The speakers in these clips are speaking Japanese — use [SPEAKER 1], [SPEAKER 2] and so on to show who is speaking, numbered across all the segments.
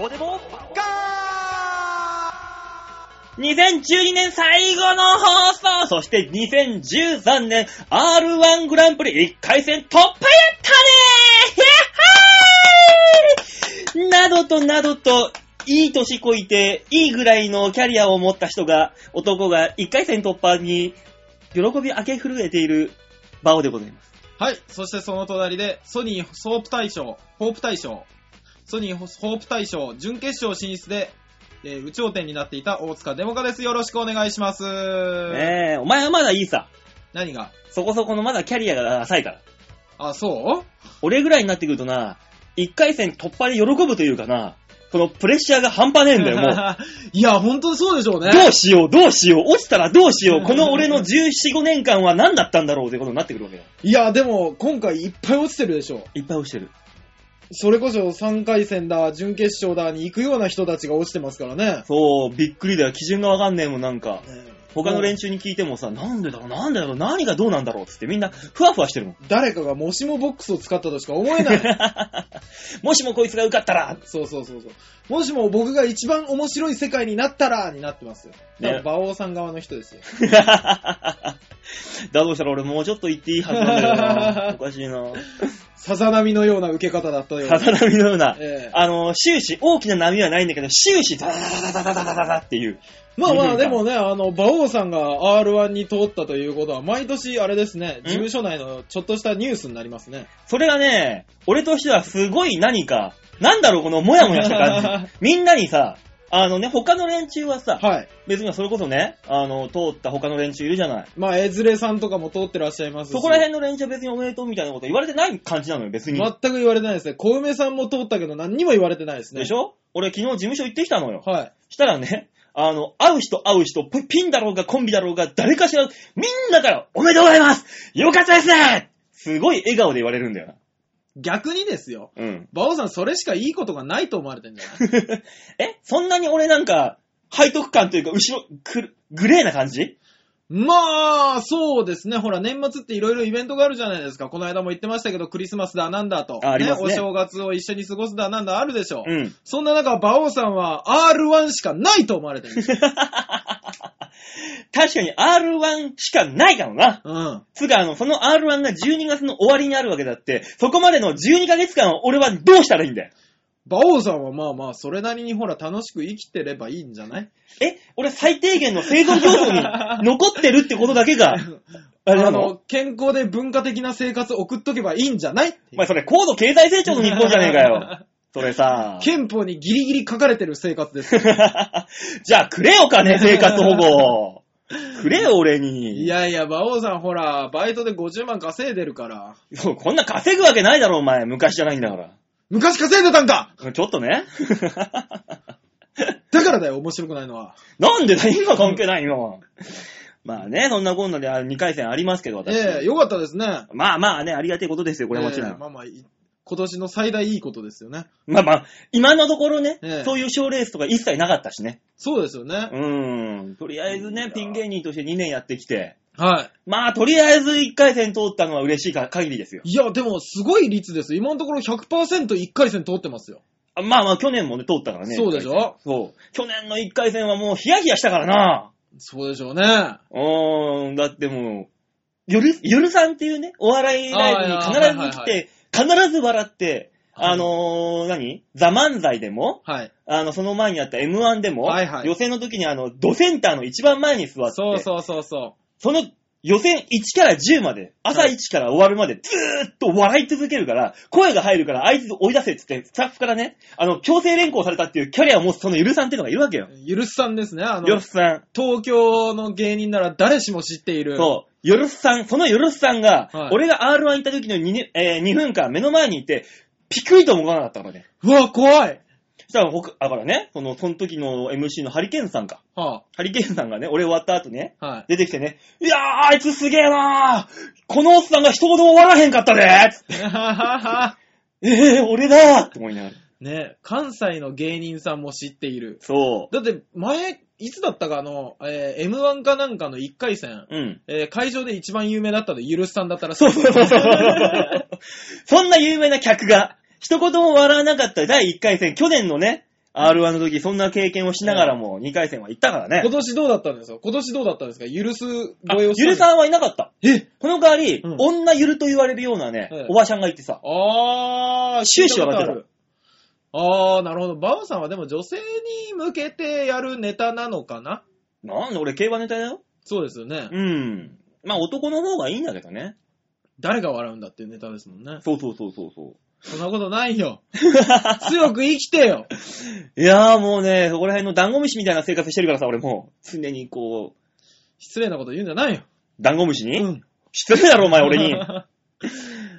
[SPEAKER 1] こでもガ
[SPEAKER 2] ー !2012 年最後の放送そして2013年 R1 グランプリ1回戦突破やったねーなどとなどと、いい年こいて、いいぐらいのキャリアを持った人が、男が1回戦突破に、喜び明け震えている場をでございます。
[SPEAKER 3] はい。そしてその隣で、ソニーソープ大賞、ホープ大賞、ソニーホープ大賞、準決勝進出で、えー、有頂天になっていた大塚デモカです。よろしくお願いします。
[SPEAKER 2] ねえ、お前はまだいいさ。
[SPEAKER 3] 何が
[SPEAKER 2] そこそこのまだキャリアが浅いから。
[SPEAKER 3] あ、そう
[SPEAKER 2] 俺ぐらいになってくるとな、1回戦突破で喜ぶというかな、このプレッシャーが半端ねえんだよ、もう。
[SPEAKER 3] いや、ほんとそうでしょう ね。
[SPEAKER 2] どうしよう、どうしよう、落ちたらどうしよう、この俺の14、5年間は何だったんだろうってことになってくるわけだ。
[SPEAKER 3] いや、でも、今回いっぱい落ちてるでしょ。
[SPEAKER 2] いっぱい落ちてる。
[SPEAKER 3] それこそ3回戦だ、準決勝だに行くような人たちが落ちてますからね。
[SPEAKER 2] そう、びっくりだよ。基準がわかんねえもん、なんか。他の連中に聞いてもさ、なんでだろう、なんでだろう、何がどうなんだろうっつってみんな、ふわふわしてるもん。
[SPEAKER 3] 誰かがもしもボックスを使ったとしか思えない。
[SPEAKER 2] もしもこいつが受かったら、
[SPEAKER 3] そうそうそうそう。もしも僕が一番面白い世界になったら、になってますよ。だから、
[SPEAKER 2] ね
[SPEAKER 3] 馬王さん側の人ですよ。
[SPEAKER 2] だとしたら俺もうちょっと言っていいはずなんだけ どな。おかしいな。
[SPEAKER 3] さざ波のような受け方だったような。
[SPEAKER 2] 風波のような、
[SPEAKER 3] ええ
[SPEAKER 2] あの、終始、大きな波はないんだけど、終始、ダダダダダダダダダっていう。
[SPEAKER 3] まあまあ、
[SPEAKER 2] 見て
[SPEAKER 3] で
[SPEAKER 2] みた
[SPEAKER 3] もね、あの、馬王さんが R1 に通ったということは、毎年、あれですね、事務所内のちょっとしたニュースになりますね。
[SPEAKER 2] それがね、俺としてはすごい何か、なんだろう、このモヤモヤした 感じ。みんなにさ、あのね、他の連中はさ、
[SPEAKER 3] はい。
[SPEAKER 2] 別にそれこそね、あの、通った他の連中いるじゃない。
[SPEAKER 3] まあ、えずれさんとかも通ってらっしゃいますし。
[SPEAKER 2] そこら辺の連中は別におめでとうみたいなこと言われてない感じなのよ、別に。
[SPEAKER 3] 全く言われてないですね。小梅さんも通ったけど、何にも言われてないですね。
[SPEAKER 2] でしょ俺昨日事務所行ってきたのよ。
[SPEAKER 3] はい。
[SPEAKER 2] したらね、あの、会う人会う人、ピピンだろうがコンビだろうが、誰かしら、みんなから、おめでとうございますよかったですねすごい笑顔で言われるんだよな。
[SPEAKER 3] 逆にですよ。
[SPEAKER 2] うん。
[SPEAKER 3] 馬王さん、それしかいいことがないと思われてんじゃない
[SPEAKER 2] えそんなに俺なんか、背徳感というか、後ろ、くるグレーな感じ
[SPEAKER 3] まあ、そうですね。ほら、年末っていろいろイベントがあるじゃないですか。この間も言ってましたけど、クリスマスだなんだと。
[SPEAKER 2] あありますね
[SPEAKER 3] お正月を一緒に過ごすだなんだあるでしょう。
[SPEAKER 2] うん。
[SPEAKER 3] そんな中、馬王さんは R1 しかないと思われてるんで すよ。
[SPEAKER 2] 確かに R1 しかないかもな。
[SPEAKER 3] うん。
[SPEAKER 2] つうか、あの、その R1 が12月の終わりにあるわけだって、そこまでの12ヶ月間を俺はどうしたらいいんだよ。
[SPEAKER 3] 馬王さんはまあまあ、それなりにほら、楽しく生きてればいいんじゃない
[SPEAKER 2] え俺最低限の生存競争 に残ってるってことだけが、あれな
[SPEAKER 3] あ
[SPEAKER 2] の
[SPEAKER 3] の、健康で文化的な生活送っとけばいいんじゃない
[SPEAKER 2] お前それ高度経済成長の日本じゃねえかよ。それさ。
[SPEAKER 3] 憲法にギリギリ書かれてる生活ですよ。
[SPEAKER 2] じゃあくれよかね、生活保護。くれよ、俺に。
[SPEAKER 3] いやいや、馬王さんほら、バイトで50万稼いでるから。
[SPEAKER 2] そうこんな稼ぐわけないだろ、お前。昔じゃないんだか。
[SPEAKER 3] 昔稼いでたんから
[SPEAKER 2] ちょっとね。
[SPEAKER 3] だからだよ、面白くないのは。
[SPEAKER 2] なんでだ、今関係ないよ。まあね、そんなこんなで2回戦ありますけど、私。
[SPEAKER 3] ええよかったですね。
[SPEAKER 2] まあまあね、ありがてえことですよ、これはもちろん。
[SPEAKER 3] ええまあまあ、い今年の最大いいことですよね。
[SPEAKER 2] まあまあ、今のところね、
[SPEAKER 3] ええ
[SPEAKER 2] そういう賞レースとか一切なかったしね。
[SPEAKER 3] そうですよね。
[SPEAKER 2] うーん。とりあえずね、ピン芸人として2年やってきて、
[SPEAKER 3] はい。
[SPEAKER 2] まあ、とりあえず1回戦通ったのは嬉しいか限りですよ。
[SPEAKER 3] いや、でも、すごい率です。今のところ100%1 回戦通ってますよ。
[SPEAKER 2] あまあまあ、去年もね、通ったからね。
[SPEAKER 3] そうでしょ
[SPEAKER 2] そう。去年の1回戦はもうヒヤヒヤしたからな。
[SPEAKER 3] そうでしょうね。
[SPEAKER 2] うーん、だってもう、ゆる、ゆるさんっていうね、お笑いライブに必
[SPEAKER 3] あーはい
[SPEAKER 2] ず来
[SPEAKER 3] はいは
[SPEAKER 2] て、必ず笑って、
[SPEAKER 3] はい
[SPEAKER 2] あのー、何ザ・漫才でも、
[SPEAKER 3] はい。
[SPEAKER 2] あの、その前にあった M1 でも、
[SPEAKER 3] はいはい
[SPEAKER 2] 予選の時にあの、ドセンターの一番前に座って、
[SPEAKER 3] そうそうそうそ
[SPEAKER 2] その予選1から10まで、朝
[SPEAKER 3] はい
[SPEAKER 2] 1から終わるまで、ずーっと笑い続けるから、声が入るから、あいつ追い出せって言って、スタッフからね、あの、強制連行されたっていうキャリアを持つそのゆるさんっていうのがいるわけよ
[SPEAKER 3] う。。ゆるすさんですね。あの
[SPEAKER 2] ゆ、るさん。
[SPEAKER 3] 東京の芸人なら誰しも知っている。
[SPEAKER 2] そう。よろすさん、そのよろすさんが、
[SPEAKER 3] はい
[SPEAKER 2] 俺が R1 行った時の 2,、ねえー2分間目の前にいて、ピクリとも動かなかったからね。
[SPEAKER 3] う。わ、怖い。
[SPEAKER 2] そしたら僕、だからね、その、その時の MC のハリケーンさんか。
[SPEAKER 3] は
[SPEAKER 2] ハリケーンさんがね、俺終わった後ね、
[SPEAKER 3] あ、はい。
[SPEAKER 2] 出てきてね、いやー、あいつすげえなーこのおっさんが人ほど終わらへんかったでーつってえー、俺だーって思いながら。
[SPEAKER 3] ね関西の芸人さんも知っている。
[SPEAKER 2] そ
[SPEAKER 3] だって、前、いつだったかあの、えー M1 かなんかの1回戦、
[SPEAKER 2] う。うん。
[SPEAKER 3] えー会場で一番有名だったの、ゆるすさんだったらしい
[SPEAKER 2] そうそうそうそう。そんな有名な客が、一言も笑わなかった第1回戦、去年のね、 R1 の時、そんな経験をしながらも、2回戦は行ったから
[SPEAKER 3] 今
[SPEAKER 2] ね。
[SPEAKER 3] 年どうだったんですか今年どうだったんですか許す
[SPEAKER 2] あ
[SPEAKER 3] 声をした
[SPEAKER 2] ゆるさんはいなかった。
[SPEAKER 3] え
[SPEAKER 2] この代わり、
[SPEAKER 3] うん
[SPEAKER 2] 女ゆると言われるようなね
[SPEAKER 3] ええ、
[SPEAKER 2] おばちゃんがいてさ、
[SPEAKER 3] あー、
[SPEAKER 2] 終始上がってた
[SPEAKER 3] 聞いことあるあー、なるほど。バウさんはでも女性に向けてやるネタなのかな
[SPEAKER 2] なんで俺競馬ネタだよ
[SPEAKER 3] そうですよね。
[SPEAKER 2] うん。まあ男の方がいいんだけどね。
[SPEAKER 3] 誰が笑うんだっていうネタですもんね。
[SPEAKER 2] そうそうそうそうそ
[SPEAKER 3] そんなことな いよ。強く生きてよ。
[SPEAKER 2] う。いやーもうね、そこら辺のダンゴムシみたいな生活してるからさ、俺もう、常にこう、
[SPEAKER 3] 失礼なこと言うんじゃないよ。
[SPEAKER 2] ダンゴムシ
[SPEAKER 3] う
[SPEAKER 2] に
[SPEAKER 3] ん。
[SPEAKER 2] 失礼だろ、お前俺 に。
[SPEAKER 3] は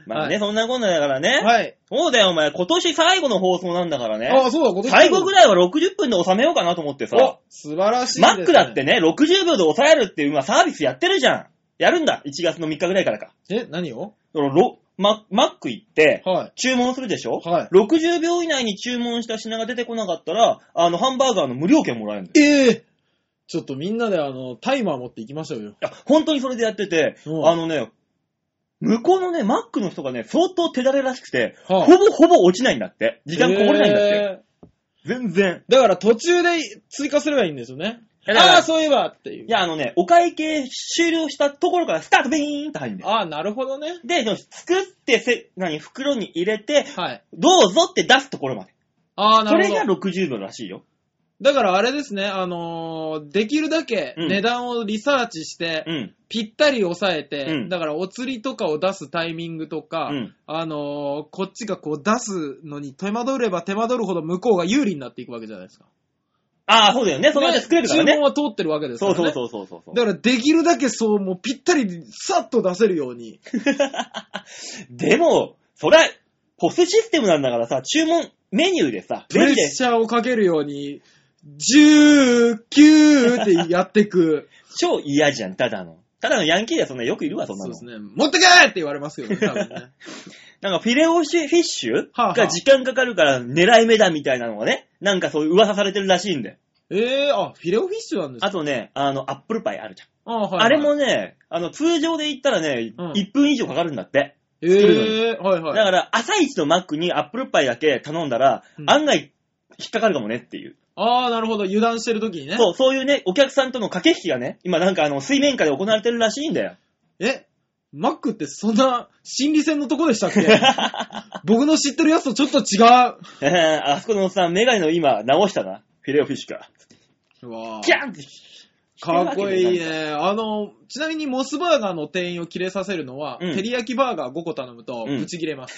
[SPEAKER 2] まあね、そんなことだからね。
[SPEAKER 3] い。
[SPEAKER 2] そうだよ、お前。今年最後の放送なんだから
[SPEAKER 3] あ
[SPEAKER 2] ね。
[SPEAKER 3] ー、そうだ、今年
[SPEAKER 2] 最後ぐらいは60分で収めようかなと思ってさ
[SPEAKER 3] お。素晴らしいです、ね。
[SPEAKER 2] マックだって。ね、60秒で抑えるっていう、まあサービスやってるじゃん。やるんだ。1月の3日ぐらいからか。
[SPEAKER 3] え、何を
[SPEAKER 2] だからロママック行って、
[SPEAKER 3] は
[SPEAKER 2] 注文するでしょ
[SPEAKER 3] い。は
[SPEAKER 2] 60秒以内に注文した品が出てこなかったら、あの、ハンバーガーの無料券もらえるんだよ。
[SPEAKER 3] い。ええちょっとみんなであの、タイマー持っていきましょうよ。
[SPEAKER 2] いや、本当にそれでやってて、
[SPEAKER 3] うん
[SPEAKER 2] あのね、向こうのね、マックの人がね、相当手だれらしくて、
[SPEAKER 3] は
[SPEAKER 2] ほぼほぼ落ちないんだって。時間こぼれないんだって。
[SPEAKER 3] え
[SPEAKER 2] 全然。
[SPEAKER 3] ーだから途中で追加すればいいんですよね。
[SPEAKER 2] いやだから
[SPEAKER 3] ああー、そういえばっていう
[SPEAKER 2] い。や、あのね、お会計終了したところからスタートビーンって入るんだよ。
[SPEAKER 3] ああ、なるほどね。
[SPEAKER 2] で、作ってせ、何、袋に入れて、
[SPEAKER 3] はい。
[SPEAKER 2] どうぞって出すところまで。
[SPEAKER 3] ああ、な
[SPEAKER 2] そ
[SPEAKER 3] る
[SPEAKER 2] れ
[SPEAKER 3] ほど。
[SPEAKER 2] が60秒らしいよ。
[SPEAKER 3] だからあれですね、あのーできるだけ
[SPEAKER 2] うん
[SPEAKER 3] 値段をリサーチして、
[SPEAKER 2] うん。
[SPEAKER 3] ぴったり抑えて、
[SPEAKER 2] うん
[SPEAKER 3] だからお釣りとかを出すタイミングと
[SPEAKER 2] う
[SPEAKER 3] か、
[SPEAKER 2] ん。
[SPEAKER 3] あのーこっちがこう出すのに手間取れば手間取るほど向こうが有利になっていくわけじゃないですか。
[SPEAKER 2] ああ、そうだよね。その間作れるから
[SPEAKER 3] 注文
[SPEAKER 2] ね。
[SPEAKER 3] は通ってるわけです
[SPEAKER 2] そ
[SPEAKER 3] から
[SPEAKER 2] う
[SPEAKER 3] ね。
[SPEAKER 2] そうそうそうそう。
[SPEAKER 3] だからできるだけそう、もうぴったりさっと出せるように。
[SPEAKER 2] でも、そりゃ、ポスシステムなんだからさ、注文、メニューでさ、
[SPEAKER 3] プ
[SPEAKER 2] レジ
[SPEAKER 3] レッ
[SPEAKER 2] で、
[SPEAKER 3] シャーをかけるように、19ってやっていく。
[SPEAKER 2] 超嫌じゃん、ただの。ただのヤンキーでそんなよくいるわ、そんな
[SPEAKER 3] そう
[SPEAKER 2] の。
[SPEAKER 3] ですね。持ってけーって言われますよね、多分ね。
[SPEAKER 2] なんかフィレオシフィッシュ
[SPEAKER 3] はあはあ
[SPEAKER 2] が時間かかるから狙い目だみたいなのがね、なんかそういう噂されてるらしいんで。
[SPEAKER 3] えー、あ、フィレオフィッシュなんですか
[SPEAKER 2] あとね、あの、アップルパイあるじゃん。
[SPEAKER 3] あ,、はいはい
[SPEAKER 2] あれもね、あの、通常で言ったらね、
[SPEAKER 3] うん
[SPEAKER 2] 1分以上かかるんだって。
[SPEAKER 3] え
[SPEAKER 2] るの
[SPEAKER 3] ー、はい
[SPEAKER 2] だ
[SPEAKER 3] はい。
[SPEAKER 2] から、朝一のマックにアップルパイだけ頼んだら、
[SPEAKER 3] うん
[SPEAKER 2] 案外引っかかるかもねっていう。
[SPEAKER 3] ああ、なるほど。油断してる時にね。
[SPEAKER 2] そう、そういうね、お客さんとの駆け引きがね、今なんかあの、水面下で行 われてるらしいんだよ。
[SPEAKER 3] え、マックってそんな心理戦のとこでしたっけ 僕の知ってるやつとちょっと違
[SPEAKER 2] えーあそこのおっさん、メガネの今、直したな。フィレオフィッシュか。
[SPEAKER 3] う。うわ
[SPEAKER 2] キ
[SPEAKER 3] ー
[SPEAKER 2] ャンって。
[SPEAKER 3] かっこいい。ね。あの、ちなみにモスバーガーの店員を切れさせるのは、
[SPEAKER 2] うん
[SPEAKER 3] 照り焼きバーガー5個頼むと、
[SPEAKER 2] うん
[SPEAKER 3] ブチ切 れます。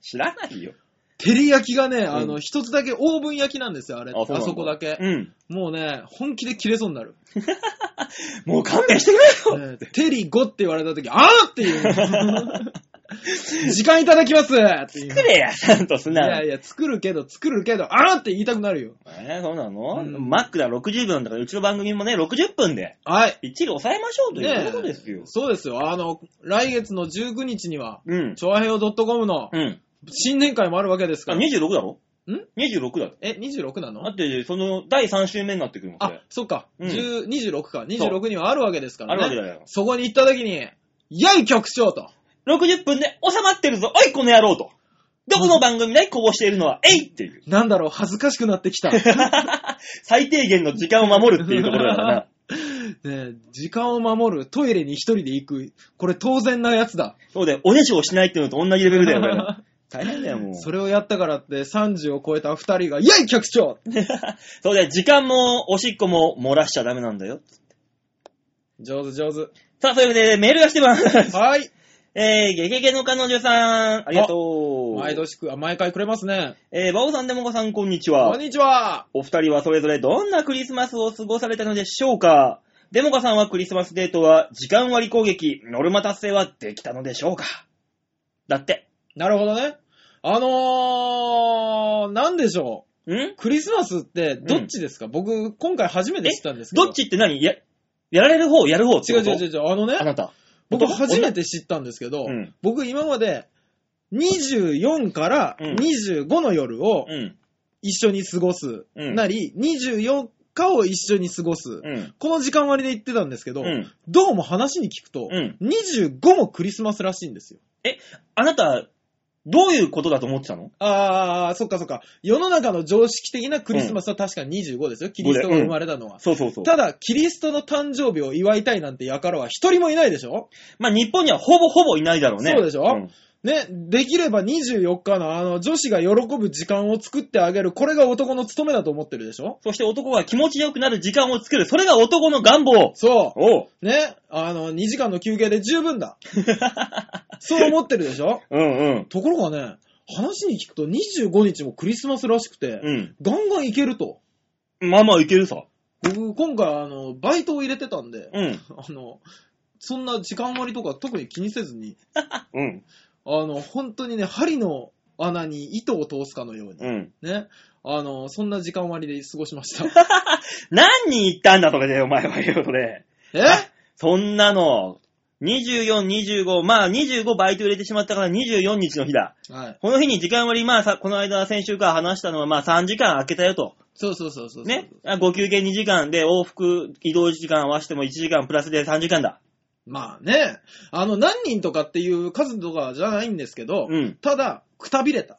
[SPEAKER 2] 知らないよ。
[SPEAKER 3] 照り焼きがね、あ
[SPEAKER 2] う
[SPEAKER 3] の、
[SPEAKER 2] ん
[SPEAKER 3] 一つだけオーブン焼きなんですよ、あれ。あ
[SPEAKER 2] うなん
[SPEAKER 3] そこだけ。
[SPEAKER 2] うん。
[SPEAKER 3] もうね、本気で切れそうになる。
[SPEAKER 2] もう勘弁してく れよ。
[SPEAKER 3] ねテリ5って言われた時、あーっていう。 時間いただきますっていう。
[SPEAKER 2] 作れや、ちゃんとす
[SPEAKER 3] い
[SPEAKER 2] な。
[SPEAKER 3] やいや、作るけど、作るけど、あーって言いたくなるよ。
[SPEAKER 2] えーそうなの、
[SPEAKER 3] うん
[SPEAKER 2] マックだ60分だから、うちの番組もね、60分で、
[SPEAKER 3] はい。
[SPEAKER 2] びっちり抑えましょうという
[SPEAKER 3] ね
[SPEAKER 2] ことですよ。
[SPEAKER 3] そうですよ。あの、来月の19日には、
[SPEAKER 2] うん。
[SPEAKER 3] チョアヘオ .com の
[SPEAKER 2] うん。
[SPEAKER 3] 新年会もあるわけです
[SPEAKER 2] あ
[SPEAKER 3] から。
[SPEAKER 2] 26だろ
[SPEAKER 3] ん
[SPEAKER 2] ?26 だろ。
[SPEAKER 3] え、26な
[SPEAKER 2] だ
[SPEAKER 3] の
[SPEAKER 2] って、その、第3週目になってくるもん、そ
[SPEAKER 3] あ
[SPEAKER 2] れ。、
[SPEAKER 3] そっか。
[SPEAKER 2] うん
[SPEAKER 3] 10 26か。26にはあるわけですか
[SPEAKER 2] あ
[SPEAKER 3] ら
[SPEAKER 2] る
[SPEAKER 3] ね。
[SPEAKER 2] わけだよ。
[SPEAKER 3] そこに行った時に、やい局長と。
[SPEAKER 2] 60分で収まってるぞ、おい、この野郎と。どこの番組でこぼしているのは、えいっていう。
[SPEAKER 3] なんだろう、恥ずかしくなって きた。
[SPEAKER 2] 最低限の時間を守るっていうところだから な。
[SPEAKER 3] ねえ、時間を守る、トイレに一人で行く、これ当然なやつだ。
[SPEAKER 2] そうだよ、おねしょをしないっていうのと同じレベルだよ、これ大変だよ、もう。
[SPEAKER 3] それをやったからって30を超えた二人が、やい局長
[SPEAKER 2] そうだよ、時間も、おしっこも漏らしちゃダメなんだよ。
[SPEAKER 3] 上手上手。
[SPEAKER 2] さあ、そういうわけで、メールが来てます。
[SPEAKER 3] はい。
[SPEAKER 2] えー、ゲゲゲの彼女さん、ありがとう。
[SPEAKER 3] 毎年く、あ毎回くれますね。
[SPEAKER 2] えー、バオさん、デモカさん、こんにち
[SPEAKER 3] こん
[SPEAKER 2] は。
[SPEAKER 3] にちは。
[SPEAKER 2] お二人はそれぞれどんなクリスマスを過ごされたのでしょうかデモカさんはクリスマスデートは、時間割り攻撃、ノルマ達成はできたのでしょうかだって。
[SPEAKER 3] なるほどね。あのー、なんでしょ
[SPEAKER 2] ん
[SPEAKER 3] う。クリスマスってどっちですか、僕、今回初めて知ったんですけど。
[SPEAKER 2] どっちって何や、やられる方、やる方って
[SPEAKER 3] 違う
[SPEAKER 2] こと
[SPEAKER 3] 違う違う違う。あのね
[SPEAKER 2] あ、なた。
[SPEAKER 3] 僕
[SPEAKER 2] 男
[SPEAKER 3] 初めて知ったんですけど、
[SPEAKER 2] うん
[SPEAKER 3] 僕今まで24から
[SPEAKER 2] うん
[SPEAKER 3] 25の夜を
[SPEAKER 2] うん。
[SPEAKER 3] 一緒に過ごす、
[SPEAKER 2] うん
[SPEAKER 3] なり、24日を一緒に過ごす、
[SPEAKER 2] うん。
[SPEAKER 3] この時間割で言ってたんですけど、
[SPEAKER 2] うん。
[SPEAKER 3] どうも話に聞くと、
[SPEAKER 2] うん。
[SPEAKER 3] 25もクリスマスらしいんですよ。
[SPEAKER 2] あなた、どういうことだと思ってたの
[SPEAKER 3] あー、そっかそっか。世の中の常識的なクリスマスは確かに25ですよ。キリストが生まれたのは。
[SPEAKER 2] そうそうそう。
[SPEAKER 3] ただ、キリストの誕生日を祝いたいなんて輩は一人もいないでしょ
[SPEAKER 2] まあ、日本にはほぼほぼいないだろうね。
[SPEAKER 3] そうでしょ
[SPEAKER 2] ん
[SPEAKER 3] ね、できれば24日のあの女子が喜ぶ時間を作ってあげる、これが男の務めだと思ってるでしょ
[SPEAKER 2] そして男が気持ちよくなる時間を作る。それが男の願望。
[SPEAKER 3] そ
[SPEAKER 2] おう。
[SPEAKER 3] う。ね、あの、2時間の休憩で十分 だ。そう思ってるでしょ
[SPEAKER 2] うんうん。
[SPEAKER 3] ところがね、話に聞くと25日もクリスマスらしくて、
[SPEAKER 2] う
[SPEAKER 3] ガンガンいけると。
[SPEAKER 2] ん。まあまあいけるさ。
[SPEAKER 3] 僕、今回、あの、バイトを入れてたんで、
[SPEAKER 2] うん。
[SPEAKER 3] あの、そんな時間割とか特に気にせずに、
[SPEAKER 2] うん。
[SPEAKER 3] あの、本当にね、針の穴に糸を通すかのように、
[SPEAKER 2] うん。
[SPEAKER 3] ね、あの、そんな時間割で過ごし ました。
[SPEAKER 2] 何人行ったんだとかで、お前は言うことで。
[SPEAKER 3] え
[SPEAKER 2] そんなの。24、25、まあ25バイト入れてしまったから24日の日だ。
[SPEAKER 3] はい。
[SPEAKER 2] この日に時間割り、まあさ、この間先週から話したのは、まあ3時間空けたよと。
[SPEAKER 3] そうそうそうそうそう。
[SPEAKER 2] ね。あご休憩2時間で往復移動時間合わせても1時間プラスで3時間だ。
[SPEAKER 3] まあね、あの、何人とかっていう数とかじゃないんですけど、
[SPEAKER 2] うん。
[SPEAKER 3] ただ、くたびれた。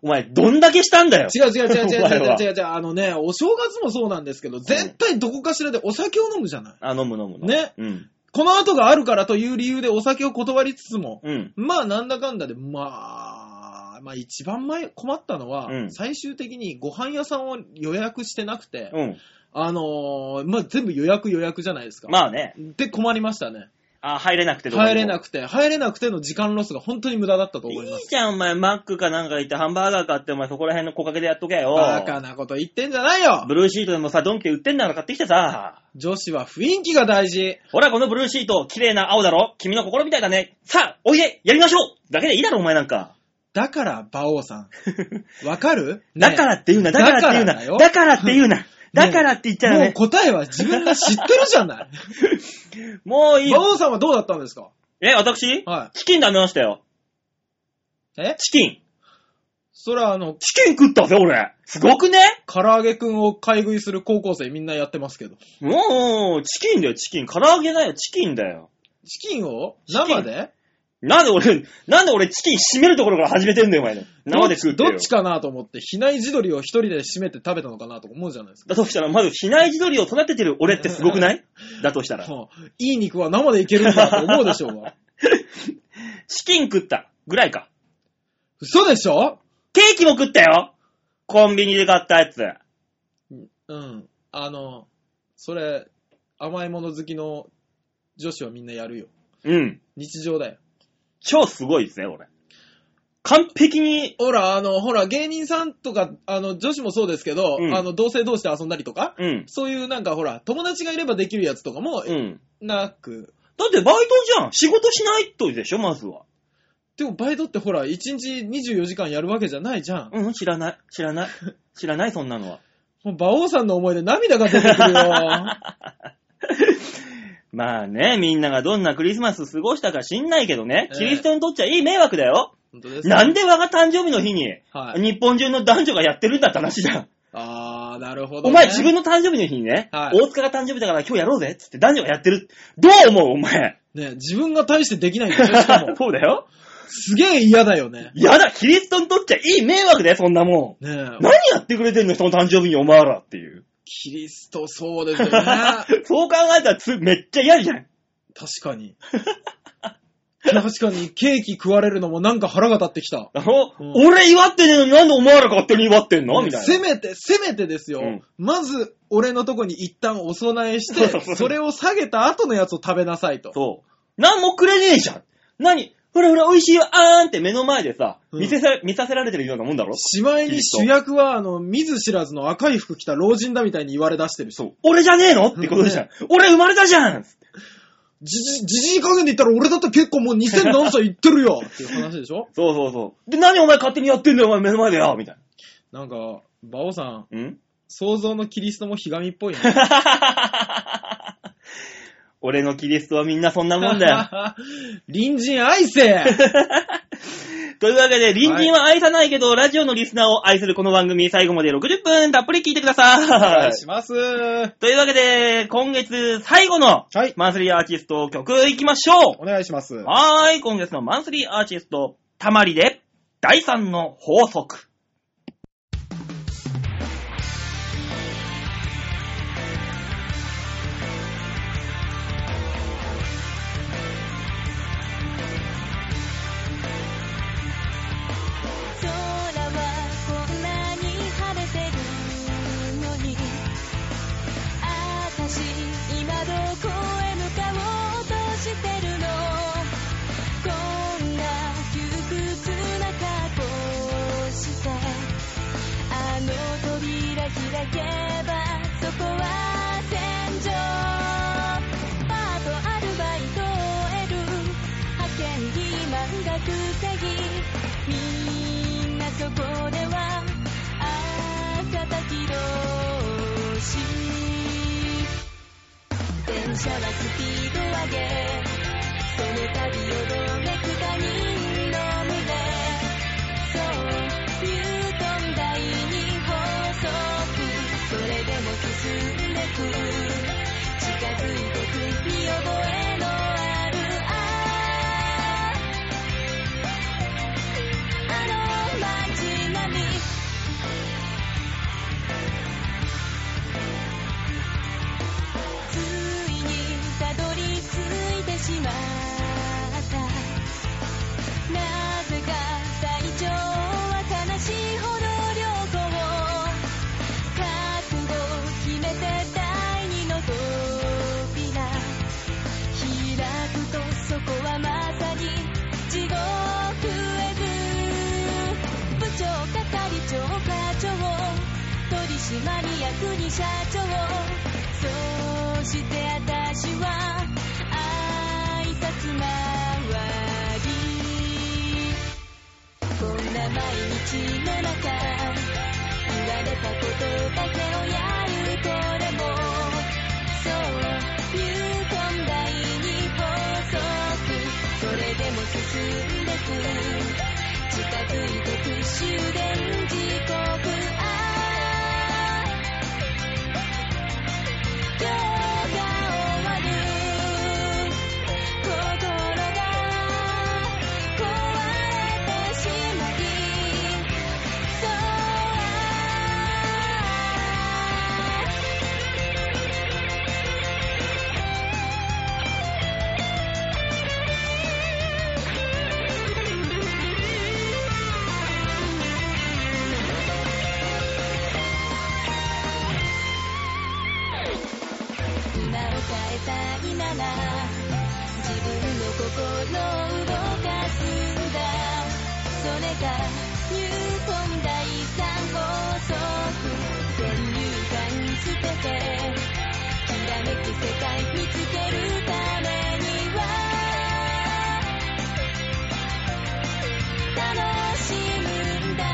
[SPEAKER 2] お前、どんだけしたんだよ。
[SPEAKER 3] 違う違う違う違う違 う
[SPEAKER 2] お前
[SPEAKER 3] 違う
[SPEAKER 2] は
[SPEAKER 3] 違う違う、あのね、お正月もそうなんですけど、絶対どこかしらでお酒を飲むじゃない。
[SPEAKER 2] あ、飲む飲む飲む。
[SPEAKER 3] ね。
[SPEAKER 2] うん。
[SPEAKER 3] この後があるからという理由でお酒を断りつつも、
[SPEAKER 2] うん。
[SPEAKER 3] まあなんだかんだで、まあ、まあ一番前困ったのは、
[SPEAKER 2] うん
[SPEAKER 3] 最終的にご飯屋さんを予約してなくて、
[SPEAKER 2] うん。
[SPEAKER 3] あのーまあ全部予約予約じゃないですか。
[SPEAKER 2] まあね。
[SPEAKER 3] で困りましたね。
[SPEAKER 2] あ、入れなくて
[SPEAKER 3] 入れな
[SPEAKER 2] くて。
[SPEAKER 3] くて、入れなくての時間ロスが本当に無駄だったと
[SPEAKER 2] い
[SPEAKER 3] 思いま
[SPEAKER 2] い
[SPEAKER 3] す。
[SPEAKER 2] じゃん、お前、マックかなんか行ってハンバーガー買って、お前そこら辺の木陰でやっとけよ。
[SPEAKER 3] バカなこと言ってんじゃないよ
[SPEAKER 2] ブルーシートでもさ、ドンキで売ってんだから買ってきてさ。
[SPEAKER 3] 女子は雰囲気が大事。
[SPEAKER 2] ほら、このブルーシート、綺麗な青だろ君の心みたいだね。さあ、おいでやりましょうだけでいいだろ、お前なんか。
[SPEAKER 3] だから、馬王さ ん。わかる、、
[SPEAKER 2] だかららって言うな、だからって言う
[SPEAKER 3] だからだ
[SPEAKER 2] な。
[SPEAKER 3] よ
[SPEAKER 2] だからって言うな。だからって言っちゃう
[SPEAKER 3] もう
[SPEAKER 2] ね。
[SPEAKER 3] 答えは自分が知ってるじゃない。
[SPEAKER 2] も ういい
[SPEAKER 3] 馬。王さんはどうだったんですか
[SPEAKER 2] え、私
[SPEAKER 3] は
[SPEAKER 2] チキン食べましたよ。
[SPEAKER 3] い。え
[SPEAKER 2] チキン。
[SPEAKER 3] それはあの、
[SPEAKER 2] チキン食ったぜ、俺。すごくね
[SPEAKER 3] 唐揚げくんを買い食いする高校生みんなやってますけど。
[SPEAKER 2] もう、チキンだよ、チキン。唐揚げだよ、チキンだよ。
[SPEAKER 3] チキンを
[SPEAKER 2] キン
[SPEAKER 3] 生で
[SPEAKER 2] なんで俺、なんで俺チキン締めるところから始めてんだよ、お前の。生で食うって
[SPEAKER 3] ど
[SPEAKER 2] よ。
[SPEAKER 3] っちかなと思って、比内地鶏を一人で締めて食べたのかなと思うじゃないですか。
[SPEAKER 2] だとしたら、まず、比内地鶏を育ててる俺ってすごく ないだとしたら。
[SPEAKER 3] はあいい肉は生でいけるんだと思うでしょう が。
[SPEAKER 2] チキン食ったぐらいか。
[SPEAKER 3] 嘘でしょ
[SPEAKER 2] ケーキも食ったよコンビニで買ったやつ。
[SPEAKER 3] うん。あの、それ、甘いもの好きの女子はみんなやるよ。
[SPEAKER 2] うん。
[SPEAKER 3] 日常だよ。
[SPEAKER 2] 超すごいですね、俺。完璧に、
[SPEAKER 3] ほら、あの、ほら、芸人さんとか、あの、女子もそうですけど、
[SPEAKER 2] うん
[SPEAKER 3] あの、同性同士で遊んだりとか、
[SPEAKER 2] うん。
[SPEAKER 3] そういうなんかほら、友達がいればできるやつとかも、
[SPEAKER 2] うん。
[SPEAKER 3] なく、
[SPEAKER 2] だってバイトじゃん仕事しないとでしょ、まずは。
[SPEAKER 3] でもバイトってほら、1日24時間やるわけじゃないじゃん。
[SPEAKER 2] うん、知らない。知ら ない。知らない、そんなのは。
[SPEAKER 3] もう馬王さんの思い出涙が出てくるよ。
[SPEAKER 2] まあね、みんながどんなクリスマス過ごしたか知んないけどね
[SPEAKER 3] え、え
[SPEAKER 2] キリストにとっちゃいい迷惑だよ。
[SPEAKER 3] 本当です
[SPEAKER 2] なんで我が誕生日の日に、
[SPEAKER 3] はい。
[SPEAKER 2] 日本中の男女がやってるんだって話じゃん。
[SPEAKER 3] あー、なるほど、ね。
[SPEAKER 2] お前自分の誕生日の日にね、
[SPEAKER 3] はい
[SPEAKER 2] 大塚が誕生日だから今日やろうぜっつって男女がやってる。どう思うお前。。
[SPEAKER 3] ね、自分が大してできないんだよ、しか も
[SPEAKER 2] そうだよ。
[SPEAKER 3] すげえ嫌だよね。
[SPEAKER 2] やだ、キリストにとっちゃいい迷惑だよ、そんなも
[SPEAKER 3] ね
[SPEAKER 2] ん。何やってくれてんの、人の誕生日にお前らっていう。
[SPEAKER 3] キリストそうで すよね。確
[SPEAKER 2] そう考えたらつめっちゃ嫌じゃん。
[SPEAKER 3] かに。確かに、ケーキ食われるのもなんか腹が立ってきた。
[SPEAKER 2] あの、
[SPEAKER 3] うん
[SPEAKER 2] 俺祝ってねえのになんでお前ら勝手に祝ってんのみたいな。
[SPEAKER 3] せめて、せめてですよ。
[SPEAKER 2] うん
[SPEAKER 3] まず、俺のとこに一旦お供えし
[SPEAKER 2] そうそ
[SPEAKER 3] て、
[SPEAKER 2] う
[SPEAKER 3] それを下げた後のやつを食べなさいと。
[SPEAKER 2] そう。なんもくれねえじゃん。何ほらほら美味しいよ、あーんって目の前でさ、
[SPEAKER 3] うん
[SPEAKER 2] 見せさ、見させられてるようなもんだろ
[SPEAKER 3] しまいに主役は、あの、見ず知らずの赤い服着た老人だみたいに言われ出してるし。
[SPEAKER 2] 俺じゃねえのってことじゃん。俺生まれたじゃん
[SPEAKER 3] じじ、じじい加減で言ったら俺だって結構もう2000何歳いってるよっていう話でしょ
[SPEAKER 2] そうそうそう。で、何お前勝手にやってんだよ、お前目の前でよみたい
[SPEAKER 3] なんか、馬王さん、
[SPEAKER 2] な。ん
[SPEAKER 3] 想像のキリストもひがみっぽいね。
[SPEAKER 2] 俺 のキリストはみんなそんなもんだよ。
[SPEAKER 3] 隣人愛せ
[SPEAKER 2] というわけで、隣人は愛さないけど、ラジオのリスナーを愛するこの番組、最後まで60分たっぷり聞いてくだ
[SPEAKER 3] お願
[SPEAKER 2] さい
[SPEAKER 3] い。します。は
[SPEAKER 2] というわけで、今月最後の
[SPEAKER 3] い。
[SPEAKER 2] マンスリーアーティスト曲いきましょ
[SPEAKER 3] お願いします
[SPEAKER 2] う。。はーい、今月のマンスリーアーティスト、たまりで、第3の法則。
[SPEAKER 1] 空はこんなに晴れてるのにあたし今どこへ向かおうとしてるのこんな窮屈な格好してあの扉開けばそこは天井パートアルバイトを得る派遣に満額詐欺みんなそこでは朝叩き同士電車はスピード上げその旅をどめく他人の群れそうニュートン第二法則それでも進んでく近づいてく見覚えのある愛あの街並み」「それでも進んでく」「ついにたどり着いてしまった」「なぜか体調は悲しいほど良好」「覚悟を決めて第二の扉」開くとそこはまさに地獄絵図部長係長課長取締役に社長そうして私は挨拶回りこんな毎日の中言われたことだけをやるこれもそう「ニュートン第二法則」「それでも進んでく」「近づいてく終電時刻あ今日が終わる」「心が壊れてしまいそうあ今を変えたいなら自分の心を動かすんだそれがニュートン第三法則先入観捨ててきらめく世界見つけるためには楽しむんだ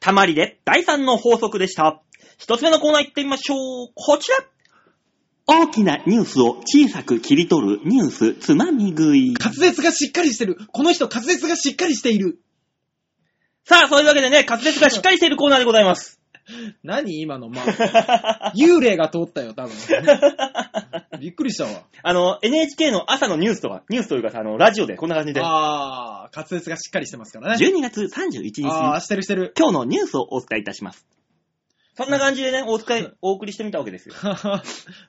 [SPEAKER 2] たまりで第3の法則でした。一つ目のコーナー行ってみましょう。こちら大きなニュースを小さく切り取るニュースつまみ食い。
[SPEAKER 3] 滑舌がしっかりしてる。この人滑舌がしっかりしている。
[SPEAKER 2] さあ、そういうわけでね、滑舌がしっかりしているコーナーでございます。
[SPEAKER 3] 何今 の、まあ、幽霊が通ったよ、多分。びっくりしたわ。
[SPEAKER 2] あの、NHK の朝のニュースとか、ニュースというかさ、あの、ラジオでこんな感じで。
[SPEAKER 3] あー、滑舌がしっかりしてますからね。
[SPEAKER 2] 12月31日に、
[SPEAKER 3] あー、
[SPEAKER 2] 今
[SPEAKER 3] してるしてる。
[SPEAKER 2] 日のニュースをお伝えいたします。そんな感じでね、お伝え、お送りしてみたわけですよ。。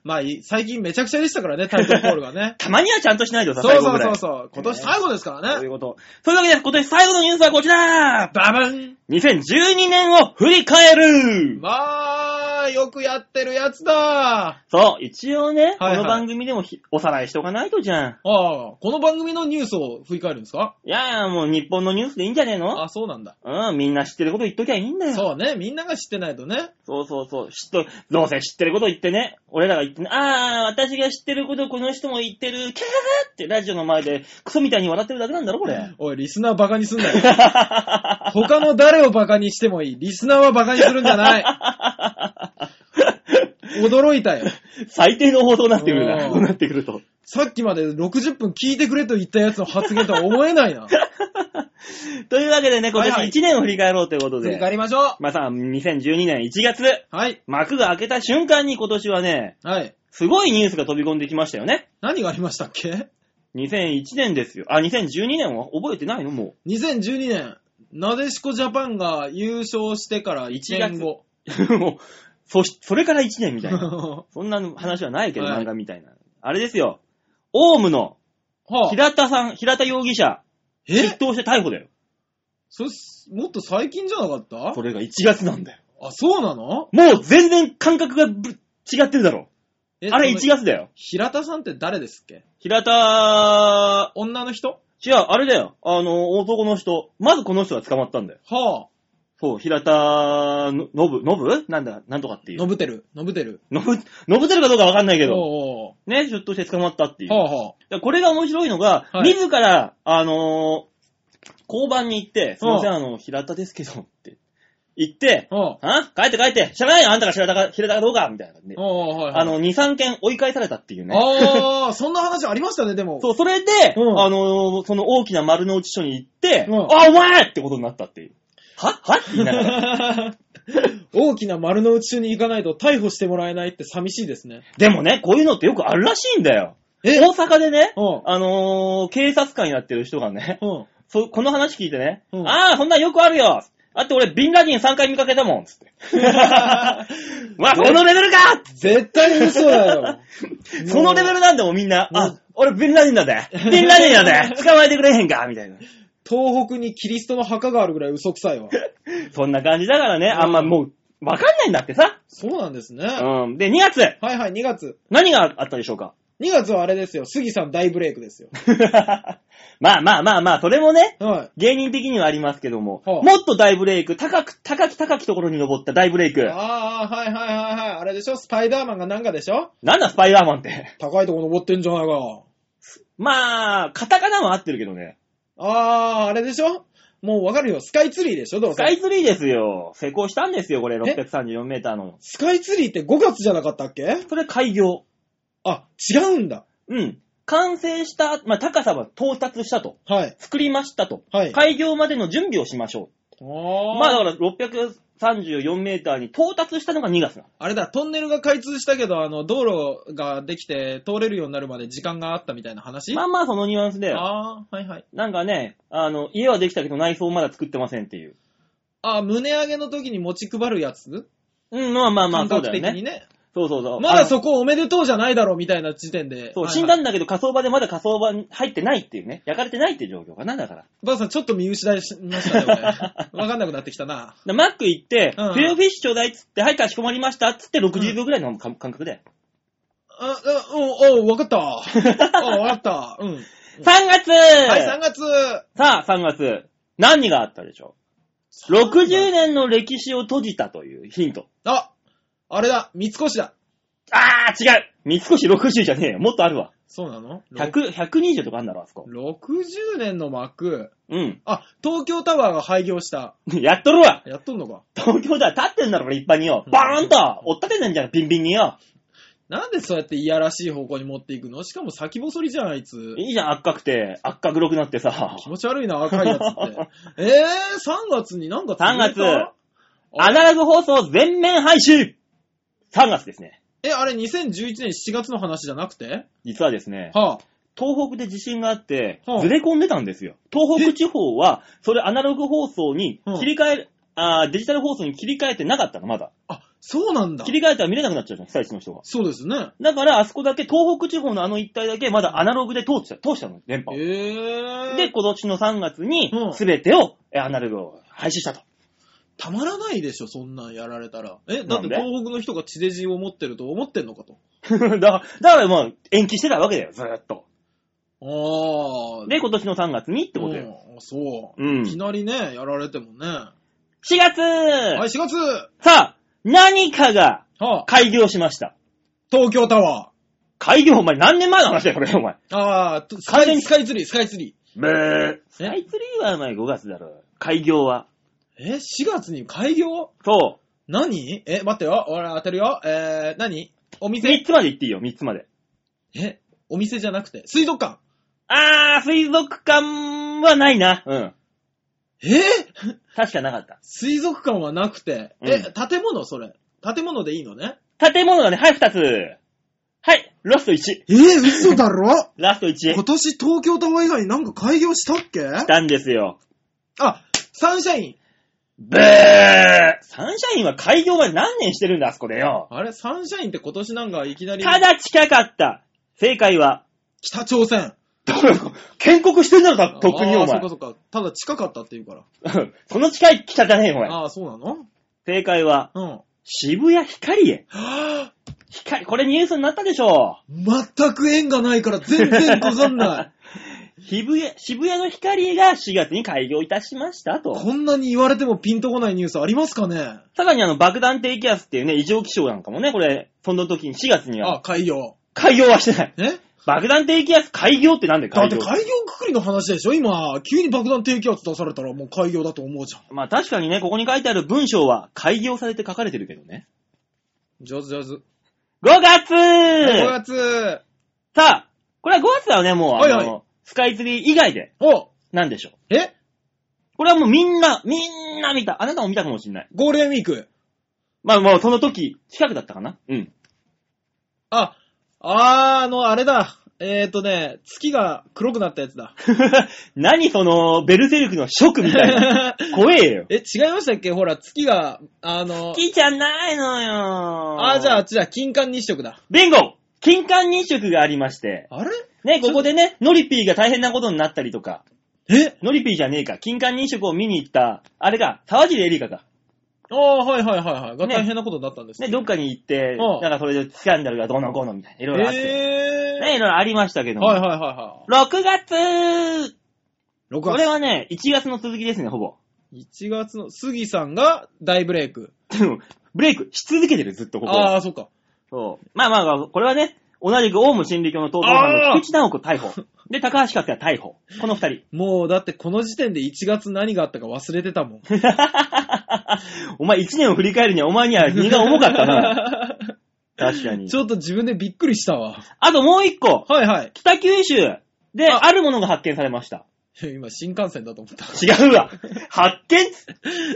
[SPEAKER 3] まあいい、最近めちゃくちゃでしたからね、タイトルコールがね
[SPEAKER 2] たまにはちゃんとしないで
[SPEAKER 3] そ
[SPEAKER 2] さ、
[SPEAKER 3] う
[SPEAKER 2] 最後
[SPEAKER 3] そ
[SPEAKER 2] ぐ
[SPEAKER 3] う
[SPEAKER 2] らい。
[SPEAKER 3] そうそう。今年最後ですから
[SPEAKER 2] そうい
[SPEAKER 3] ね。
[SPEAKER 2] うこと。そういうわけで、今年最後のニュースはこちら
[SPEAKER 3] ババン
[SPEAKER 2] !2012 年を振り返る
[SPEAKER 3] まあ、よくやってるやつだ
[SPEAKER 2] そう、一応ね、
[SPEAKER 3] はいはい
[SPEAKER 2] この番組でもひおさらいしとかないとじゃん。
[SPEAKER 3] ああ、この番組のニュースを振り返るんですか
[SPEAKER 2] いやいや、もう日本のニュースでいいんじゃねえの
[SPEAKER 3] あ、そうなんだ。
[SPEAKER 2] うん、みんな知ってること言っときゃいいんだよ。
[SPEAKER 3] そうね、みんなが知ってないとね。
[SPEAKER 2] そうそうそう。知っと、どうせ知ってること言ってね。俺らが言ってね、あー、私が知ってることこの人も言ってる、キャーってラジオの前でクソみたいに笑ってるだけなんだろ、これ。
[SPEAKER 3] おい、リスナーバカにすんなよ。 他の誰をバカにしてもいい。リスナーはバカにするんじゃない。 驚いたよ。
[SPEAKER 2] 最低の放送になってくる
[SPEAKER 3] う
[SPEAKER 2] な。
[SPEAKER 3] ん
[SPEAKER 2] こうなってくると。
[SPEAKER 3] さっきまで60分聞いてくれと言ったやつの発言とは思えないな。
[SPEAKER 2] というわけでね、今
[SPEAKER 3] はいは
[SPEAKER 2] 年
[SPEAKER 3] い
[SPEAKER 2] 1年を振り返ろうということ
[SPEAKER 3] 振
[SPEAKER 2] で
[SPEAKER 3] り。返りましょ
[SPEAKER 2] まあさ、2012年1月、
[SPEAKER 3] う。はい。
[SPEAKER 2] 幕が開けた瞬間に今年はね、
[SPEAKER 3] はい。
[SPEAKER 2] すごいニュースが飛び込んできましたよね。
[SPEAKER 3] 何がありましたっけ
[SPEAKER 2] 2001年ですよ。あ、2012年は覚えてないのも
[SPEAKER 3] ?2012 年、なでしこジャパンが優勝してから1年後。
[SPEAKER 2] う。 もう、そし、それから1年みたい な。
[SPEAKER 3] は
[SPEAKER 2] そんな話はないけど、
[SPEAKER 3] はい
[SPEAKER 2] 漫画みたいな。あれですよ。オウムの
[SPEAKER 3] あ、
[SPEAKER 2] 平田さん、平田容疑者、
[SPEAKER 3] え
[SPEAKER 2] 筆頭して逮捕だよ。
[SPEAKER 3] それもっと最近じゃなかった
[SPEAKER 2] それが1月なんだよ。
[SPEAKER 3] あ、そうなの
[SPEAKER 2] もう全然感覚がぶ違ってるだろ。
[SPEAKER 3] え
[SPEAKER 2] あれ1
[SPEAKER 3] その
[SPEAKER 2] 月だよ。
[SPEAKER 3] 平田さんって誰ですっけ
[SPEAKER 2] 平田、
[SPEAKER 3] 女の人
[SPEAKER 2] 違う、あれだよ。あの、男の人。まずこの人が捕まったんだよ。
[SPEAKER 3] はあ。
[SPEAKER 2] そう、平田の、のぶ、のぶなんだ、なんとかっていう
[SPEAKER 3] の。ぶてる。のぶてる。
[SPEAKER 2] のぶ、のぶてるかどうかわかんないけど、
[SPEAKER 3] おう
[SPEAKER 2] ね、出頭して捕まったってい
[SPEAKER 3] おう
[SPEAKER 2] う。
[SPEAKER 3] はあは
[SPEAKER 2] でこれが面白いのが、
[SPEAKER 3] はい
[SPEAKER 2] 自ら、あのー交番に行って、すいません、
[SPEAKER 3] う
[SPEAKER 2] あの、平田ですけど、って言って、
[SPEAKER 3] あ。はあ。
[SPEAKER 2] あ帰って帰って、知らないよ、あんたが平田か、平田かどうか、みたいな感じで。
[SPEAKER 3] おうおうはいはい。
[SPEAKER 2] あの、2、3件追い返されたっていうね。
[SPEAKER 3] ああ、そんな話ありましたね、でも。
[SPEAKER 2] そう、それで、
[SPEAKER 3] うん
[SPEAKER 2] あのーその大きな丸の内署に行って、
[SPEAKER 3] うん
[SPEAKER 2] あ、お前ってことになったっていう。ははって言いなが ら。
[SPEAKER 3] 大きな丸の内に行かないと逮捕してもらえないって寂しいですね。
[SPEAKER 2] でもね、こういうのってよくあるらしいんだよ。
[SPEAKER 3] え
[SPEAKER 2] 大阪でね、
[SPEAKER 3] うん
[SPEAKER 2] あのー警察官やってる人がね、
[SPEAKER 3] うん。
[SPEAKER 2] そうこの話聞いてね、
[SPEAKER 3] うん
[SPEAKER 2] ああ、そんなんよくあるよあって俺、ビンラディン3回見かけた もんつって。わ、このレベルか
[SPEAKER 3] 絶対に嘘だよ。
[SPEAKER 2] そのレベルなんだもん、みんな。
[SPEAKER 3] も
[SPEAKER 2] あ
[SPEAKER 3] う、
[SPEAKER 2] 俺、ビンラディンだ ぜビンラディンだぜ捕まえてくれへんかみたいな。
[SPEAKER 3] 東北にキリストの墓があるぐらい嘘くさいわ。
[SPEAKER 2] そんな感じだからね、あんま
[SPEAKER 3] うん
[SPEAKER 2] もう、わかんないんだってさ。
[SPEAKER 3] そうなんですね。
[SPEAKER 2] うん。で、2月、
[SPEAKER 3] はいはい、2月。
[SPEAKER 2] 何があったでしょうか
[SPEAKER 3] 2月はあれですよ。杉さん大ブレイクですよ。
[SPEAKER 2] まあまあまあまあ、それもね、
[SPEAKER 3] はい。
[SPEAKER 2] 芸人的にはありますけども、
[SPEAKER 3] はあ
[SPEAKER 2] もっと大ブレイク、高く、高き高きところに登った大ブレイク。
[SPEAKER 3] ああ、はいはいはいはい。あれでしょスパイダーマンがなんかでしょ
[SPEAKER 2] なんだスパイダーマンって。
[SPEAKER 3] 高いとこ登ってんじゃないか。
[SPEAKER 2] まあ、カタカナは合ってるけどね。
[SPEAKER 3] ああ、あれでしょもうわかるよ。スカイツリーでしょどうせ
[SPEAKER 2] スカイツリーですよ。成功したんですよ、これ、634メーターの。
[SPEAKER 3] スカイツリーって5月じゃなかったっけ
[SPEAKER 2] それ開業。
[SPEAKER 3] あ、違うんだ。
[SPEAKER 2] うん。完成した、まあ、高さは到達したと。
[SPEAKER 3] はい。
[SPEAKER 2] 作りましたと。
[SPEAKER 3] はい。
[SPEAKER 2] 開業までの準備をしましょ
[SPEAKER 3] あ
[SPEAKER 2] う。
[SPEAKER 3] ー
[SPEAKER 2] まあ、だから634メーターに到達したのが2月なの。
[SPEAKER 3] あれだ、トンネルが開通したけど、あの、道路ができて通れるようになるまで時間があったみたいな話
[SPEAKER 2] まあまあ、そのニュアンスで。
[SPEAKER 3] あー、はいはい。
[SPEAKER 2] なんかね、あの、家はできたけど内装まだ作ってませんっていう。
[SPEAKER 3] あー、胸上げの時に持ち配るやつ
[SPEAKER 2] うん、まあまあまあ、
[SPEAKER 3] 感
[SPEAKER 2] そう
[SPEAKER 3] 覚
[SPEAKER 2] だよ
[SPEAKER 3] 的に
[SPEAKER 2] ね。
[SPEAKER 3] ね。
[SPEAKER 2] そうそうそう。
[SPEAKER 3] まだ
[SPEAKER 2] あ
[SPEAKER 3] そこおめでとうじゃないだろうみたいな時点で。
[SPEAKER 2] のそう、
[SPEAKER 3] はいはい
[SPEAKER 2] 死んだんだけど火葬場でまだ火葬場に入ってないっていうね。焼かれてないっていう状況かな、だから。
[SPEAKER 3] ばあさん、ちょっと見失いましたね、俺。 わかんなくなってきたな。
[SPEAKER 2] でマック行って、
[SPEAKER 3] うん
[SPEAKER 2] フィレオフィッシュちょうだいっつって、はい、かしこまりましたっつって60秒ぐらいの感感覚で。
[SPEAKER 3] あ、あ、うん、おう、わかった。おうわかった。うん。
[SPEAKER 2] 3月
[SPEAKER 3] はい、3月。
[SPEAKER 2] さあ、3月。何があったでしょう ?60 年の歴史を閉じたというヒント。
[SPEAKER 3] あ、あれだ、三越だ。
[SPEAKER 2] あー、違う三越60じゃねえよ。もっとあるわ。
[SPEAKER 3] そうなの
[SPEAKER 2] 100、120とかあんだろ、あそこ。
[SPEAKER 3] 60年の幕。
[SPEAKER 2] うん。
[SPEAKER 3] あ、東京タワーが廃業した。
[SPEAKER 2] やっとるわ
[SPEAKER 3] やっとんのか。
[SPEAKER 2] 東京では立ってんだろ、立派によ。バーンと追っ立ててんじゃん、ビンビンによ。
[SPEAKER 3] なんでそうやっていやらしい方向に持っていくのしかも先細りじゃん、あいつ。
[SPEAKER 2] いいじゃん、赤くて、赤黒くなってさ。
[SPEAKER 3] 気持ち悪いな、赤い やつって。えー、3月になんか続いた
[SPEAKER 2] 3月。
[SPEAKER 3] あ
[SPEAKER 2] アナログ放送全面配信 !3 月ですね。
[SPEAKER 3] え、あれ2011年7月の話じゃなくて
[SPEAKER 2] 実はですね、
[SPEAKER 3] は
[SPEAKER 2] 東北で地震があって
[SPEAKER 3] は、あ
[SPEAKER 2] ずれ込んでたんですよ。東北地方は、それアナログ放送に
[SPEAKER 3] うん
[SPEAKER 2] 切り替える、あーデジタル放送に切り替えてなかったの、まだ。
[SPEAKER 3] あ、あ、そうなんだ
[SPEAKER 2] 切。り替えたら見れなくなっちゃうじゃん、被災地の人が。
[SPEAKER 3] そうですね。
[SPEAKER 2] だから、あそこだけ、東北地方のあの一帯だけ、まだアナログで通ってた、通したの、電波を。
[SPEAKER 3] えー。
[SPEAKER 2] で、今年の3月に
[SPEAKER 3] う、ん
[SPEAKER 2] すべてを、えアナログを廃止したと。
[SPEAKER 3] たまらないでしょ、そんなんやられたら。え、だ
[SPEAKER 2] な
[SPEAKER 3] っ
[SPEAKER 2] ん
[SPEAKER 3] て
[SPEAKER 2] で
[SPEAKER 3] 東北の人が地デジを持ってると思ってんのかと。
[SPEAKER 2] だから、だからもう、延期してたわけだよ、ずーっと。
[SPEAKER 3] あー。
[SPEAKER 2] で、今年の3月にってこと
[SPEAKER 3] う
[SPEAKER 2] よ。
[SPEAKER 3] んあそう。
[SPEAKER 2] うん
[SPEAKER 3] いきなりね、やられてもね。は
[SPEAKER 2] 4月、
[SPEAKER 3] い、4月
[SPEAKER 2] さあ、何かが
[SPEAKER 3] はあ、
[SPEAKER 2] 開業しました。
[SPEAKER 3] 東京タワ
[SPEAKER 2] 開業、お前何年前の話だよ、これ、お前。
[SPEAKER 3] ー。あーと、スカ
[SPEAKER 2] 完全
[SPEAKER 3] イ
[SPEAKER 2] に
[SPEAKER 3] スカイツリー、スカイツリー。
[SPEAKER 2] ブー。スカイツリーはお前5月だろ。開業は。
[SPEAKER 3] え、4月に開業
[SPEAKER 2] そ
[SPEAKER 3] 何え、待ってよ。俺当てるよ。えー、何お
[SPEAKER 2] う。
[SPEAKER 3] 店
[SPEAKER 2] 3つまで言っていいよ、3つまで。
[SPEAKER 3] え、お店じゃなくて、水族館
[SPEAKER 2] あー、水族館はないな。うん。
[SPEAKER 3] えー
[SPEAKER 2] 確かなかった。
[SPEAKER 3] 水族館はなくて。え、
[SPEAKER 2] う
[SPEAKER 3] 建物それ。建物でいいのね
[SPEAKER 2] 建物がね、はい、2つ。はい、ラスト1。
[SPEAKER 3] えー、嘘だ ろ
[SPEAKER 2] ラスト1。し
[SPEAKER 3] 今年東京タワー以外になんか開業したっけ
[SPEAKER 2] たんですよ。
[SPEAKER 3] あ、サンシャイン
[SPEAKER 2] ブーサンシャインは開業まで何年してるんだ、あそこでよ。
[SPEAKER 3] あれ、サンシャインって今年なんかいきなり、
[SPEAKER 2] ただ近かった。正解は、
[SPEAKER 3] 北朝鮮。
[SPEAKER 2] 建国してんだろ、たとっくに
[SPEAKER 3] あー
[SPEAKER 2] お前
[SPEAKER 3] そっか。そっか。ただ近かったって言うから。
[SPEAKER 2] うんその近い北じゃねえよ、お前。
[SPEAKER 3] ああ、そうなの
[SPEAKER 2] 正解は、
[SPEAKER 3] うん。は
[SPEAKER 2] 渋谷光へ。
[SPEAKER 3] ぁ
[SPEAKER 2] 光、これニュースになったでしょ
[SPEAKER 3] 全く縁がないから全然ござん ない。
[SPEAKER 2] 渋谷、渋谷の光が4月に開業いたしましたと。
[SPEAKER 3] こんなに言われてもピンとこないニュースありますかね
[SPEAKER 2] さらにあの爆弾低気圧っていうね、異常気象なんかもね、これ、その時に4月には
[SPEAKER 3] あ、開業。
[SPEAKER 2] 開業はしてない。
[SPEAKER 3] え
[SPEAKER 2] 爆弾低気圧開業ってなんで
[SPEAKER 3] だ
[SPEAKER 2] 開
[SPEAKER 3] って
[SPEAKER 2] 業
[SPEAKER 3] 開業くくりの話でしょ今、急に爆弾低気圧出されたらもう開業だと思うじゃん。
[SPEAKER 2] まあ確かにね、ここに書いてある文章は開業されて書かれてるけどね。
[SPEAKER 3] 上手上手。
[SPEAKER 2] 5月
[SPEAKER 3] 5月。
[SPEAKER 2] さあ、これは5月だよね、もう。あの、
[SPEAKER 3] はいは
[SPEAKER 2] スカイツリー以外で、
[SPEAKER 3] お
[SPEAKER 2] なんでしょう。
[SPEAKER 3] え
[SPEAKER 2] これはもうみんな、みんな見た。あなたも見たかもしれない。
[SPEAKER 3] ゴールデンウィーク。
[SPEAKER 2] まあもうその時、近くだったかなうん。
[SPEAKER 3] あ、あー、あの、あれだ。えーとね、月が黒くなったやつだ。
[SPEAKER 2] 何その、ベルセルクのショックみたい な。怖えよ。
[SPEAKER 3] え、違いましたっけほら、月が、あの、
[SPEAKER 2] きじゃないのよ
[SPEAKER 3] あー、じゃああっ。ちだ、金環日食だ。
[SPEAKER 2] ビンゴ金環日食がありまして。
[SPEAKER 3] あれ
[SPEAKER 2] ね、ここでね、ノリピーが大変なことになったりとか。
[SPEAKER 3] え
[SPEAKER 2] ノリピーじゃねえか。金環日食を見に行った、あれか、沢尻エリカか。
[SPEAKER 3] ああ、はいはいはいはい。が
[SPEAKER 2] ね
[SPEAKER 3] 大変なことになったんです
[SPEAKER 2] ね、どっかに行って、
[SPEAKER 3] うん
[SPEAKER 2] なんかそれでスキャンダルがどうのこうのみたいな。いろいろあって。
[SPEAKER 3] え
[SPEAKER 2] ね、いろいろありましたけ
[SPEAKER 3] ー。
[SPEAKER 2] ども。
[SPEAKER 3] はいはいはいは
[SPEAKER 2] 6月
[SPEAKER 3] い。6
[SPEAKER 2] これ
[SPEAKER 3] 月。
[SPEAKER 2] はね、1月の続きですね、ほぼ。
[SPEAKER 3] 1月の、杉さんが大ブレイク。
[SPEAKER 2] でもブレイクし続けてる、ずっとここは。
[SPEAKER 3] ああ、そっか。
[SPEAKER 2] そう。まあまあまあ、これはね、同じくオウム真理教の東東さん
[SPEAKER 3] あ
[SPEAKER 2] の
[SPEAKER 3] ー
[SPEAKER 2] 菊池直子逮捕。で、高橋克也逮捕。この二人。
[SPEAKER 3] もう、だってこの時点で1月何があったか忘れてたもん。
[SPEAKER 2] お前一年を振り返るにはお前には荷が重かった な。確かに
[SPEAKER 3] ち。ょっと自分でびっくりしたわ。
[SPEAKER 2] あともう一個。
[SPEAKER 3] はいはい。
[SPEAKER 2] 北九州で
[SPEAKER 3] あ
[SPEAKER 2] あるものが発見されました。
[SPEAKER 3] 今、新幹線だと思 った。
[SPEAKER 2] 違うわ。発見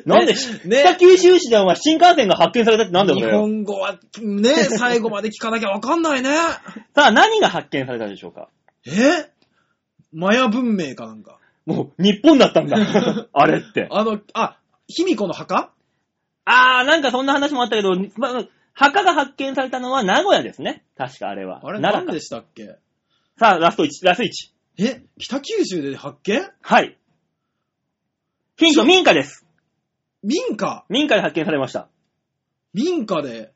[SPEAKER 2] なんで、
[SPEAKER 3] ね
[SPEAKER 2] 北九州市でお前新幹線が発見されたってなんだこ
[SPEAKER 3] 日
[SPEAKER 2] れよ。
[SPEAKER 3] 本語は、ね、最後まで聞かなきゃわかんないね。
[SPEAKER 2] さあ何が発見されたでしょうか
[SPEAKER 3] えマヤ文明かなんか。
[SPEAKER 2] もう日本だったん だ。あれって。
[SPEAKER 3] あの、あ、卑弥呼の墓
[SPEAKER 2] あー、なんかそんな話もあったけど、まあ墓が発見されたのは名古屋ですね。確かあれは。
[SPEAKER 3] あれ
[SPEAKER 2] 奈
[SPEAKER 3] 何
[SPEAKER 2] 良か
[SPEAKER 3] でしたっけ
[SPEAKER 2] さあ、ラスト1、ラスト1。
[SPEAKER 3] え北九州で発見
[SPEAKER 2] はい。ヒント、民家です。
[SPEAKER 3] 民家
[SPEAKER 2] 民家で発見されました。
[SPEAKER 3] 民家で。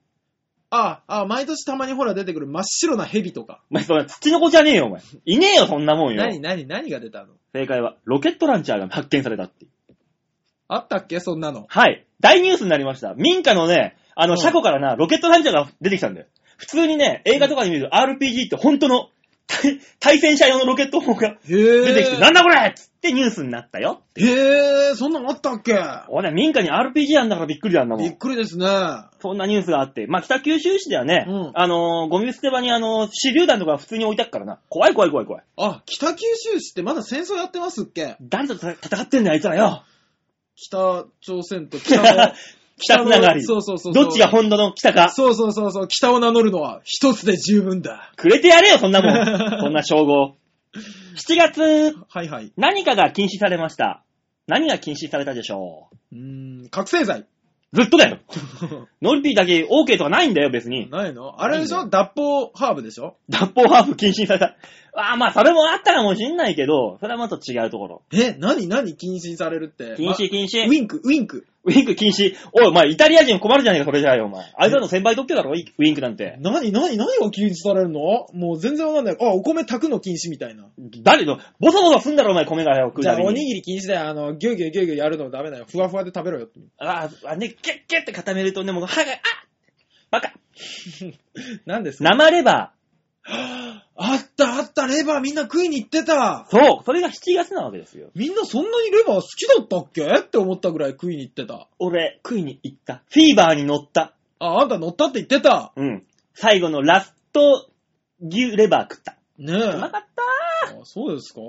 [SPEAKER 3] あ、あ、毎年たまにほら出てくる真っ白な蛇とか。
[SPEAKER 2] お前、それ、土の子じゃねえよ、お前。いねえよ、そんなもんよ。
[SPEAKER 3] 何、何、何が出たの
[SPEAKER 2] 正解は、ロケットランチャーが発見されたっていう。
[SPEAKER 3] あったっけそんなの。
[SPEAKER 2] はい。大ニュースになりました。民家のね、あ
[SPEAKER 3] う
[SPEAKER 2] の、
[SPEAKER 3] ん
[SPEAKER 2] 車庫からな、ロケットランチャーが出てきたんだよ。普通にね、映画とかに見る RPG って本当の、対対戦車用のロケット砲が
[SPEAKER 3] へぇ
[SPEAKER 2] 出てきて、なんだこれっつってニュースになったよ。
[SPEAKER 3] へぇそんなのあったっけ
[SPEAKER 2] 俺、民家に RPG なんだからびっくりなんだも
[SPEAKER 3] びっ
[SPEAKER 2] ん。
[SPEAKER 3] くりですね。
[SPEAKER 2] そんなニュースがあって。まあ、北九州市ではね、
[SPEAKER 3] うん
[SPEAKER 2] あのーゴミ捨て場にあのー手榴弾とか普通に置いてあっからな。怖い怖い怖い怖い。
[SPEAKER 3] あ、北九州市ってまだ戦争やってますっけ
[SPEAKER 2] 誰と戦戦ってんだよ、あいつらよ。。
[SPEAKER 3] 北朝鮮と北の
[SPEAKER 2] 北つながり。
[SPEAKER 3] そうそうそうそう。
[SPEAKER 2] どっちが本当の北か。
[SPEAKER 3] そうそうそうそう。北を名乗るのは一つで十分だ。
[SPEAKER 2] くれてやれよ、そんなも ん。そんな称号。7月、
[SPEAKER 3] はいはい。
[SPEAKER 2] 何かが禁止されました。何が禁止されたでしょ
[SPEAKER 3] うーん、覚醒剤。
[SPEAKER 2] うずっとだよ。ノリピーだけ OK とかないんだよ、別に。
[SPEAKER 3] ないのあれでし
[SPEAKER 2] ない
[SPEAKER 3] ょ脱法ハーブでしょ
[SPEAKER 2] 脱法ハーフ禁止された。ああ、まあ、それもあったかもしんないけど、それはまた違うところ。
[SPEAKER 3] え、何何禁止されるって。
[SPEAKER 2] 禁止禁
[SPEAKER 3] ま
[SPEAKER 2] 止
[SPEAKER 3] ウ。ィンク、ウィンク。
[SPEAKER 2] ウィンク禁止。おい、お前、イタリア人困るじゃねえか、それじゃあよ、お前。あいつらの先輩特許だろ、ウィウィンクなんて。
[SPEAKER 3] 何何何が禁止されるのもう全然わかんない。あ、お米炊くの禁止みたいな。
[SPEAKER 2] 誰の、ボソボソすんだろ、お前、米がよ、食う
[SPEAKER 3] じゃ
[SPEAKER 2] た
[SPEAKER 3] あ、
[SPEAKER 2] び
[SPEAKER 3] おに
[SPEAKER 2] に。
[SPEAKER 3] ぎり禁止だよ。あの、ぎゅうぎゅうぎゅうぎゅうやるのダメだよ。ふわふわで食べろよって。
[SPEAKER 2] あーあ、ね、キュッキュッって固めるとね、もう歯が、あバカ。
[SPEAKER 3] 何ですか
[SPEAKER 2] 生レバー。
[SPEAKER 3] あったあった、レバーみんな食いに行ってた。
[SPEAKER 2] そう、それが7月なわけですよ。
[SPEAKER 3] みんなそんなにレバー好きだったっけって思ったぐらい食いに行ってた。
[SPEAKER 2] 俺、食いに行った。フィーバーに乗った。
[SPEAKER 3] あ、あんた乗ったって言ってた。
[SPEAKER 2] うん。最後のラスト牛レバー食った。う
[SPEAKER 3] ね
[SPEAKER 2] ま
[SPEAKER 3] え。
[SPEAKER 2] かった
[SPEAKER 3] あそうですか、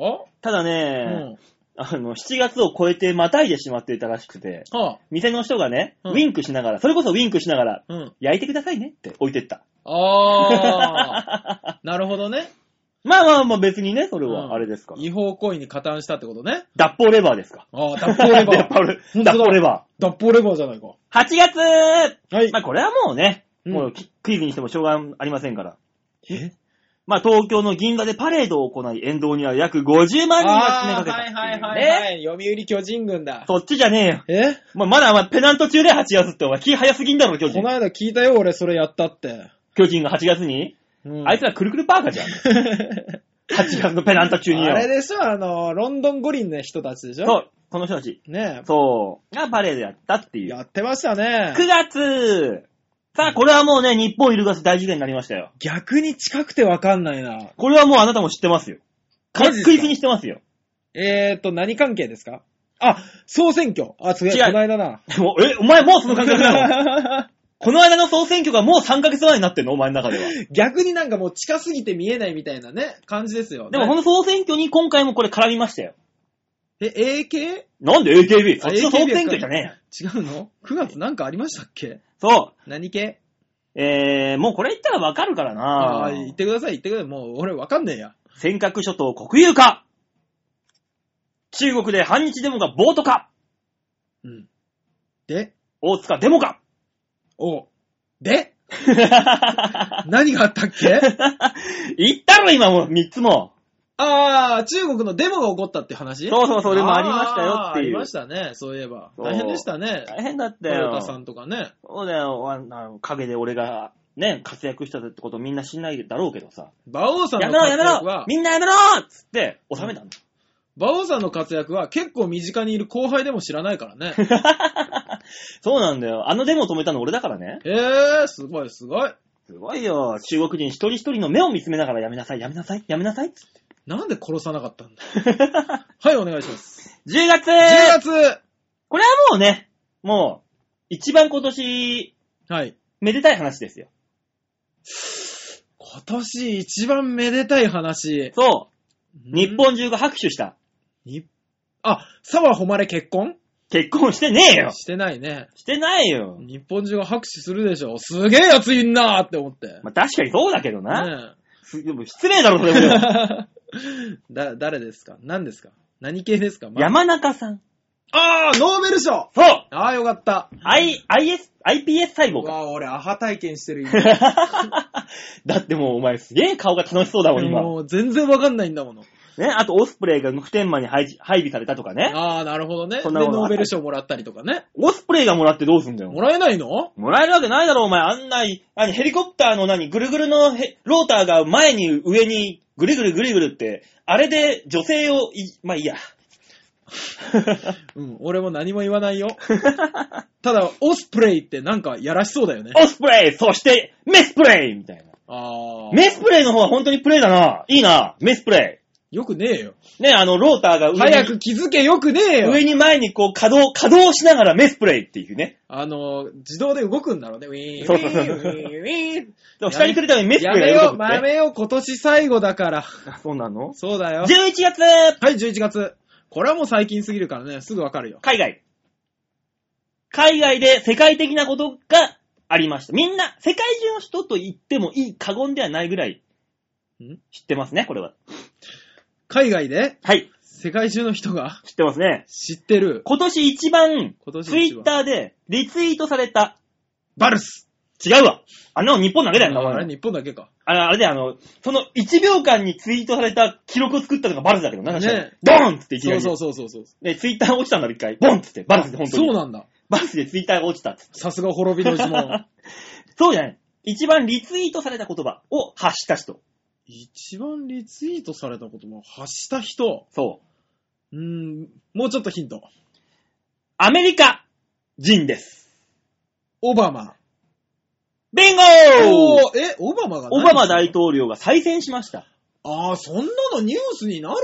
[SPEAKER 2] ただね、あの、7月を超えてまたいでしまっていたらしくて、
[SPEAKER 3] うん。は
[SPEAKER 2] 店の人がね、
[SPEAKER 3] うん
[SPEAKER 2] ウィンクしながら、それこそウィンクしながら、
[SPEAKER 3] あ、うん。
[SPEAKER 2] 焼いてくださいねって置いてった。
[SPEAKER 3] ああ。 なるほどね。
[SPEAKER 2] まあまあまあ別にね、それ
[SPEAKER 3] う
[SPEAKER 2] は
[SPEAKER 3] ん
[SPEAKER 2] あれですから。
[SPEAKER 3] 違法行為に加担したってことね。
[SPEAKER 2] 脱法レバーですか。
[SPEAKER 3] ああ、脱法 レバ
[SPEAKER 2] 脱
[SPEAKER 3] ー。
[SPEAKER 2] 法レ
[SPEAKER 3] 本当だ
[SPEAKER 2] 脱法レバ
[SPEAKER 3] 脱法レバーじゃないか。
[SPEAKER 2] ー。8月
[SPEAKER 3] はい
[SPEAKER 2] ま。あこれはもうね、
[SPEAKER 3] うん
[SPEAKER 2] もうきクイズにしてもしょうがありませんから。
[SPEAKER 3] え
[SPEAKER 2] まあ東京の銀座でパレードを行い、沿道には約50万人が詰め
[SPEAKER 3] あ
[SPEAKER 2] か
[SPEAKER 3] あー、
[SPEAKER 2] けた。
[SPEAKER 3] はいはいはい、
[SPEAKER 2] ね
[SPEAKER 3] はい。読売巨人軍だ。
[SPEAKER 2] そっちじゃねえよ。
[SPEAKER 3] え
[SPEAKER 2] まあ、まだお前ペナント中で8月ってお前気早すぎんだろ、巨
[SPEAKER 3] こ
[SPEAKER 2] 人。
[SPEAKER 3] の間聞いたよ、俺それやったって。
[SPEAKER 2] 巨人が8月に、
[SPEAKER 3] うん
[SPEAKER 2] あいつらくるくるパーカー じゃん。8月のペナント中によ
[SPEAKER 3] あ。れでしょ、あの、ロンドン五輪の人たちでしょ
[SPEAKER 2] そう、この人たち。
[SPEAKER 3] ね
[SPEAKER 2] そう、がパレードやったって
[SPEAKER 3] え。
[SPEAKER 2] い
[SPEAKER 3] や
[SPEAKER 2] う。
[SPEAKER 3] ってましたね。
[SPEAKER 2] 9月さあ、これはもうね、日本いるガス大事件になりましたよ。
[SPEAKER 3] 逆に近くてわかんないな。
[SPEAKER 2] これはもうあなたも知ってますよ。
[SPEAKER 3] マ
[SPEAKER 2] 確
[SPEAKER 3] ジですか
[SPEAKER 2] 実に知ってますよ。
[SPEAKER 3] えーと、何関係ですかあ、総選挙。あ、違う、
[SPEAKER 2] 違う
[SPEAKER 3] この間だ
[SPEAKER 2] もうえ、お前もうその感覚なの
[SPEAKER 3] な。
[SPEAKER 2] この間の総選挙がもう3ヶ月前になってんのお前の中では。
[SPEAKER 3] 逆になんかもう近すぎて見えないみたいなね、感じです よ。
[SPEAKER 2] でもこ
[SPEAKER 3] ね
[SPEAKER 2] の総選挙に今回もこれ絡みましたよ。
[SPEAKER 3] え、AK?
[SPEAKER 2] なんで AKB? そ
[SPEAKER 3] あ
[SPEAKER 2] っちの総
[SPEAKER 3] AKB
[SPEAKER 2] 選挙じゃねえよ
[SPEAKER 3] 違うの ?9 月なんかありましたっけ
[SPEAKER 2] そ
[SPEAKER 3] 何系
[SPEAKER 2] う。えー、もうこれ言ったらわかるから
[SPEAKER 3] あ
[SPEAKER 2] な
[SPEAKER 3] あー、言ってください、言ってください。もう俺わかんねえや。
[SPEAKER 2] 尖閣諸島国有化中国で反日デモが暴徒化
[SPEAKER 3] うん。で、
[SPEAKER 2] 大塚デモ か
[SPEAKER 3] お、で、何があったっけ
[SPEAKER 2] 言ったろ、今もう、三つも。
[SPEAKER 3] ああ、中国のデモが起こったって話
[SPEAKER 2] そうそうそうでもありましたよっていう
[SPEAKER 3] あーありましたね、そういえば。
[SPEAKER 2] そう
[SPEAKER 3] 大変でしたね。
[SPEAKER 2] 大変だっ
[SPEAKER 3] ト
[SPEAKER 2] た
[SPEAKER 3] ヨ
[SPEAKER 2] よ
[SPEAKER 3] タ。さんとかね。
[SPEAKER 2] そうだよ、あの、陰で俺が、ね、活躍したってことみんな知んないだろうけどさ。
[SPEAKER 3] 馬王さん
[SPEAKER 2] や
[SPEAKER 3] の
[SPEAKER 2] めろ、や
[SPEAKER 3] 活
[SPEAKER 2] め
[SPEAKER 3] 躍
[SPEAKER 2] ろ
[SPEAKER 3] は、
[SPEAKER 2] みんなやめろっつって、収めたんだ。
[SPEAKER 3] 馬王さんの活躍は結構身近にいる後輩でも知らないか らね。
[SPEAKER 2] そうなんだよ。あのデモ止めたの俺だからね。
[SPEAKER 3] へえー、すごいすごい。
[SPEAKER 2] すごいよ。中国人一人一人の目を見つめながらやめなさい、やめなさい、やめなさいっつって。
[SPEAKER 3] なんで殺さなかったんだ はい、お願いします。
[SPEAKER 2] 10月
[SPEAKER 3] 10月
[SPEAKER 2] これはもうね、もう、一番今年、
[SPEAKER 3] はい。
[SPEAKER 2] めでたい話ですよ。
[SPEAKER 3] 今年一番めでたい話。
[SPEAKER 2] そう。日本中が拍手した。
[SPEAKER 3] 日あ、沢誉れ結婚
[SPEAKER 2] 結婚してねえよ
[SPEAKER 3] してないね。
[SPEAKER 2] してないよ。
[SPEAKER 3] 日本中が拍手するでしょ。すげえやついんなーって思って。
[SPEAKER 2] まあ、確かにそうだけどな。
[SPEAKER 3] ね
[SPEAKER 2] すでも失礼だろ、それ も。
[SPEAKER 3] え だ、誰ですか何ですか何系ですか、まあ
[SPEAKER 2] 山中さん。
[SPEAKER 3] あー、ノーベル賞
[SPEAKER 2] そう
[SPEAKER 3] あー、よかった。
[SPEAKER 2] I、IS、iPS 細
[SPEAKER 3] う
[SPEAKER 2] 胞か。
[SPEAKER 3] わー、俺、アハ体験してる今。
[SPEAKER 2] だってもうお前すげえ顔が楽しそうだもん、 今。
[SPEAKER 3] もう全然わかんないんだもの。
[SPEAKER 2] ね、あとオスプレイが普天間に配置配備されたとかね。
[SPEAKER 3] あー、なるほどね。で、
[SPEAKER 2] そんなもの
[SPEAKER 3] ノーベル賞もらったりとかね。
[SPEAKER 2] オスプレイがもらってどうすんだ
[SPEAKER 3] も
[SPEAKER 2] よ。
[SPEAKER 3] らえないの
[SPEAKER 2] もらえるわけないだろ、お前。あんな、あヘリコプターの何、ぐるぐるのヘローターが前に上にぐりぐりぐりぐるって、あれで女性をい、まあいいや。
[SPEAKER 3] うん、俺も何も言わな いよ。ただ、オスプレイってなんかやらしそうだよね。
[SPEAKER 2] オスプレイそして、メスプレイみたいな。
[SPEAKER 3] あー。
[SPEAKER 2] メスプレイの方は本当にプレイだな。いいな、メスプレ
[SPEAKER 3] よくねえよ。
[SPEAKER 2] イ。ね、あの、ローターが上に、
[SPEAKER 3] 早く気づけよくねえよ
[SPEAKER 2] 上に前にこう稼働、稼働しながらメスプレイっていうね。
[SPEAKER 3] あの、自動で動くんだろうね。ウィーン、ウ
[SPEAKER 2] そう
[SPEAKER 3] ィ
[SPEAKER 2] そう
[SPEAKER 3] ー
[SPEAKER 2] そう
[SPEAKER 3] ン、ウィーン、ウィ ーン。
[SPEAKER 2] でも下に来るためにメスプ
[SPEAKER 3] や
[SPEAKER 2] レ
[SPEAKER 3] め
[SPEAKER 2] イが
[SPEAKER 3] よ
[SPEAKER 2] 動、く
[SPEAKER 3] や
[SPEAKER 2] って。
[SPEAKER 3] めよ、今年最後だから。
[SPEAKER 2] あそうなの
[SPEAKER 3] そうだよ
[SPEAKER 2] ?11。月
[SPEAKER 3] はい、11月。これはもう最近すぎるからね、すぐわかるよ。
[SPEAKER 2] 海外。海外で世界的なことがありました。みんな、世界中の人と言ってもいい過言ではないぐらい
[SPEAKER 3] ん、
[SPEAKER 2] 知ってますね、これは。
[SPEAKER 3] 海外で
[SPEAKER 2] はい、
[SPEAKER 3] 世界中の人が
[SPEAKER 2] 知ってますね。
[SPEAKER 3] 知ってる。
[SPEAKER 2] 今年一番、
[SPEAKER 3] 今年
[SPEAKER 2] ツイ
[SPEAKER 3] 一
[SPEAKER 2] ッ
[SPEAKER 3] 番
[SPEAKER 2] ターでリツイートされた。
[SPEAKER 3] バルス
[SPEAKER 2] 違うわ。あの、日本だけだよ、名
[SPEAKER 3] あ
[SPEAKER 2] 前
[SPEAKER 3] れ。日本だけか。
[SPEAKER 2] あれ、あれで、あの、その1秒間にツイートされた記録を作ったのがバラスだけど、なんか知らない
[SPEAKER 3] ね
[SPEAKER 2] ドーンっつっていきな
[SPEAKER 3] そう
[SPEAKER 2] り。
[SPEAKER 3] そうそうそうそう。
[SPEAKER 2] で、ツイッター落ちたんだろ、一回。ボンっつって、バラスで本当に。
[SPEAKER 3] そうなんだ。
[SPEAKER 2] バラスでツイッターが落ちたっつって。
[SPEAKER 3] さすが滅びの 呪文。
[SPEAKER 2] そうじゃない。一番リツイートされた言葉を発した人。
[SPEAKER 3] 一番リツイートされたことも発した人。
[SPEAKER 2] そう。
[SPEAKER 3] うーん、もうちょっとヒント。
[SPEAKER 2] アメリカ人です。
[SPEAKER 3] オバマ。
[SPEAKER 2] ビンゴ
[SPEAKER 3] ーえ、オバマが
[SPEAKER 2] オバマ大
[SPEAKER 3] 統
[SPEAKER 2] 統領が再選しました。
[SPEAKER 3] ああ、そんなのニュースになる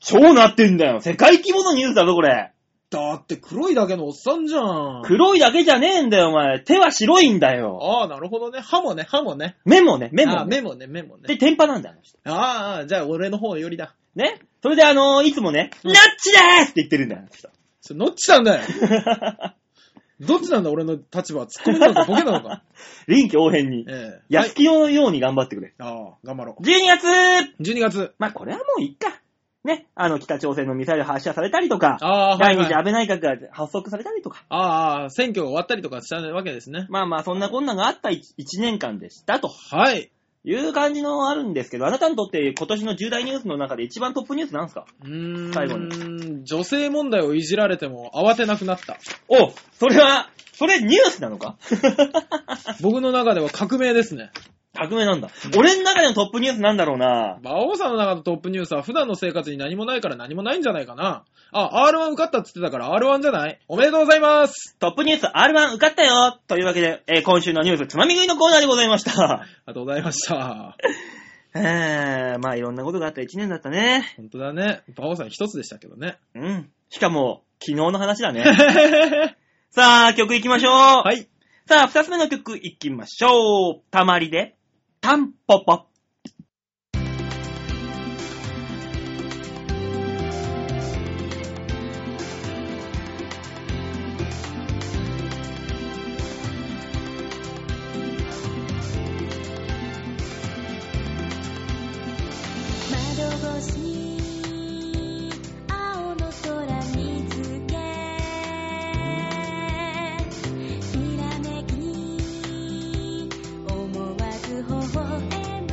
[SPEAKER 2] 超なってんだよ。世界規模のニュースだぞ、これ。
[SPEAKER 3] だって黒いだけのおっさんじゃん。
[SPEAKER 2] 黒いだけじゃねえんだよ、お前。手は白いんだよ。
[SPEAKER 3] ああ、なるほどね。歯もね、歯もね。
[SPEAKER 2] 目もね、目
[SPEAKER 3] あ
[SPEAKER 2] も
[SPEAKER 3] ー
[SPEAKER 2] ね。
[SPEAKER 3] 目もね、目も
[SPEAKER 2] で、
[SPEAKER 3] ね。
[SPEAKER 2] 天パなんだよ、あの人。
[SPEAKER 3] あーあー、じゃあ俺の方よりだ。
[SPEAKER 2] ね。それで、あのーいつもね、
[SPEAKER 3] うん
[SPEAKER 2] ナッチでーすって言ってるんだよ、あの人。
[SPEAKER 3] それどっちなんだよ。どっちなんだ俺の立場は。突っ込みなのか、ボケなの か。
[SPEAKER 2] 臨機応変に。
[SPEAKER 3] ええは
[SPEAKER 2] や
[SPEAKER 3] い
[SPEAKER 2] す。きよのように頑張ってくれ。
[SPEAKER 3] ああ、頑張ろ
[SPEAKER 2] 12月
[SPEAKER 3] う。12月。
[SPEAKER 2] まあ、これはもういいか。ね。あの、北朝鮮のミサイル発射されたりとか、
[SPEAKER 3] ああ、は
[SPEAKER 2] 第
[SPEAKER 3] い、
[SPEAKER 2] 二
[SPEAKER 3] はい。
[SPEAKER 2] 次
[SPEAKER 3] あ
[SPEAKER 2] 安倍内閣が発足されたりとか。
[SPEAKER 3] あー、選挙が終わったりとかしたわけですね。
[SPEAKER 2] まあまあ、そんなこんながあった 1, 年間でしたと
[SPEAKER 3] はい。
[SPEAKER 2] いう感じのあるんですけど、あなたにとって今年の重大ニュースの中で一番トップニュースなんですか
[SPEAKER 3] うーん。
[SPEAKER 2] 最後
[SPEAKER 3] 女性問題をいじられても慌てなくなった。
[SPEAKER 2] おそれは、それニュースなのか
[SPEAKER 3] 僕の中では革命ですね。
[SPEAKER 2] 革命なんだ。俺の中でのトップニュースなんだろうな。
[SPEAKER 3] 馬王さんの中のトップニュースは普段の生活に何もないから何もないんじゃないかな。あ、R1 受かったっつってたから R1 じゃないおめでとうございます
[SPEAKER 2] トップニュース R1 受かったよというわけで、えー今週のニュースつまみ食いのコーナーでございま した。
[SPEAKER 3] ありがとうございました。
[SPEAKER 2] えー、まあいろんなことがあった1年だったね。
[SPEAKER 3] 本当だね。馬王さん一つでしたけどね。
[SPEAKER 2] うん。しかも、昨日の話だ ね。さあ、曲行きましょう。は
[SPEAKER 3] はい。
[SPEAKER 2] さあ、二つ目の曲いきましょう。たまりで、タンポポ。
[SPEAKER 1] 窓越しに青の空見つけひらめき思わず微笑む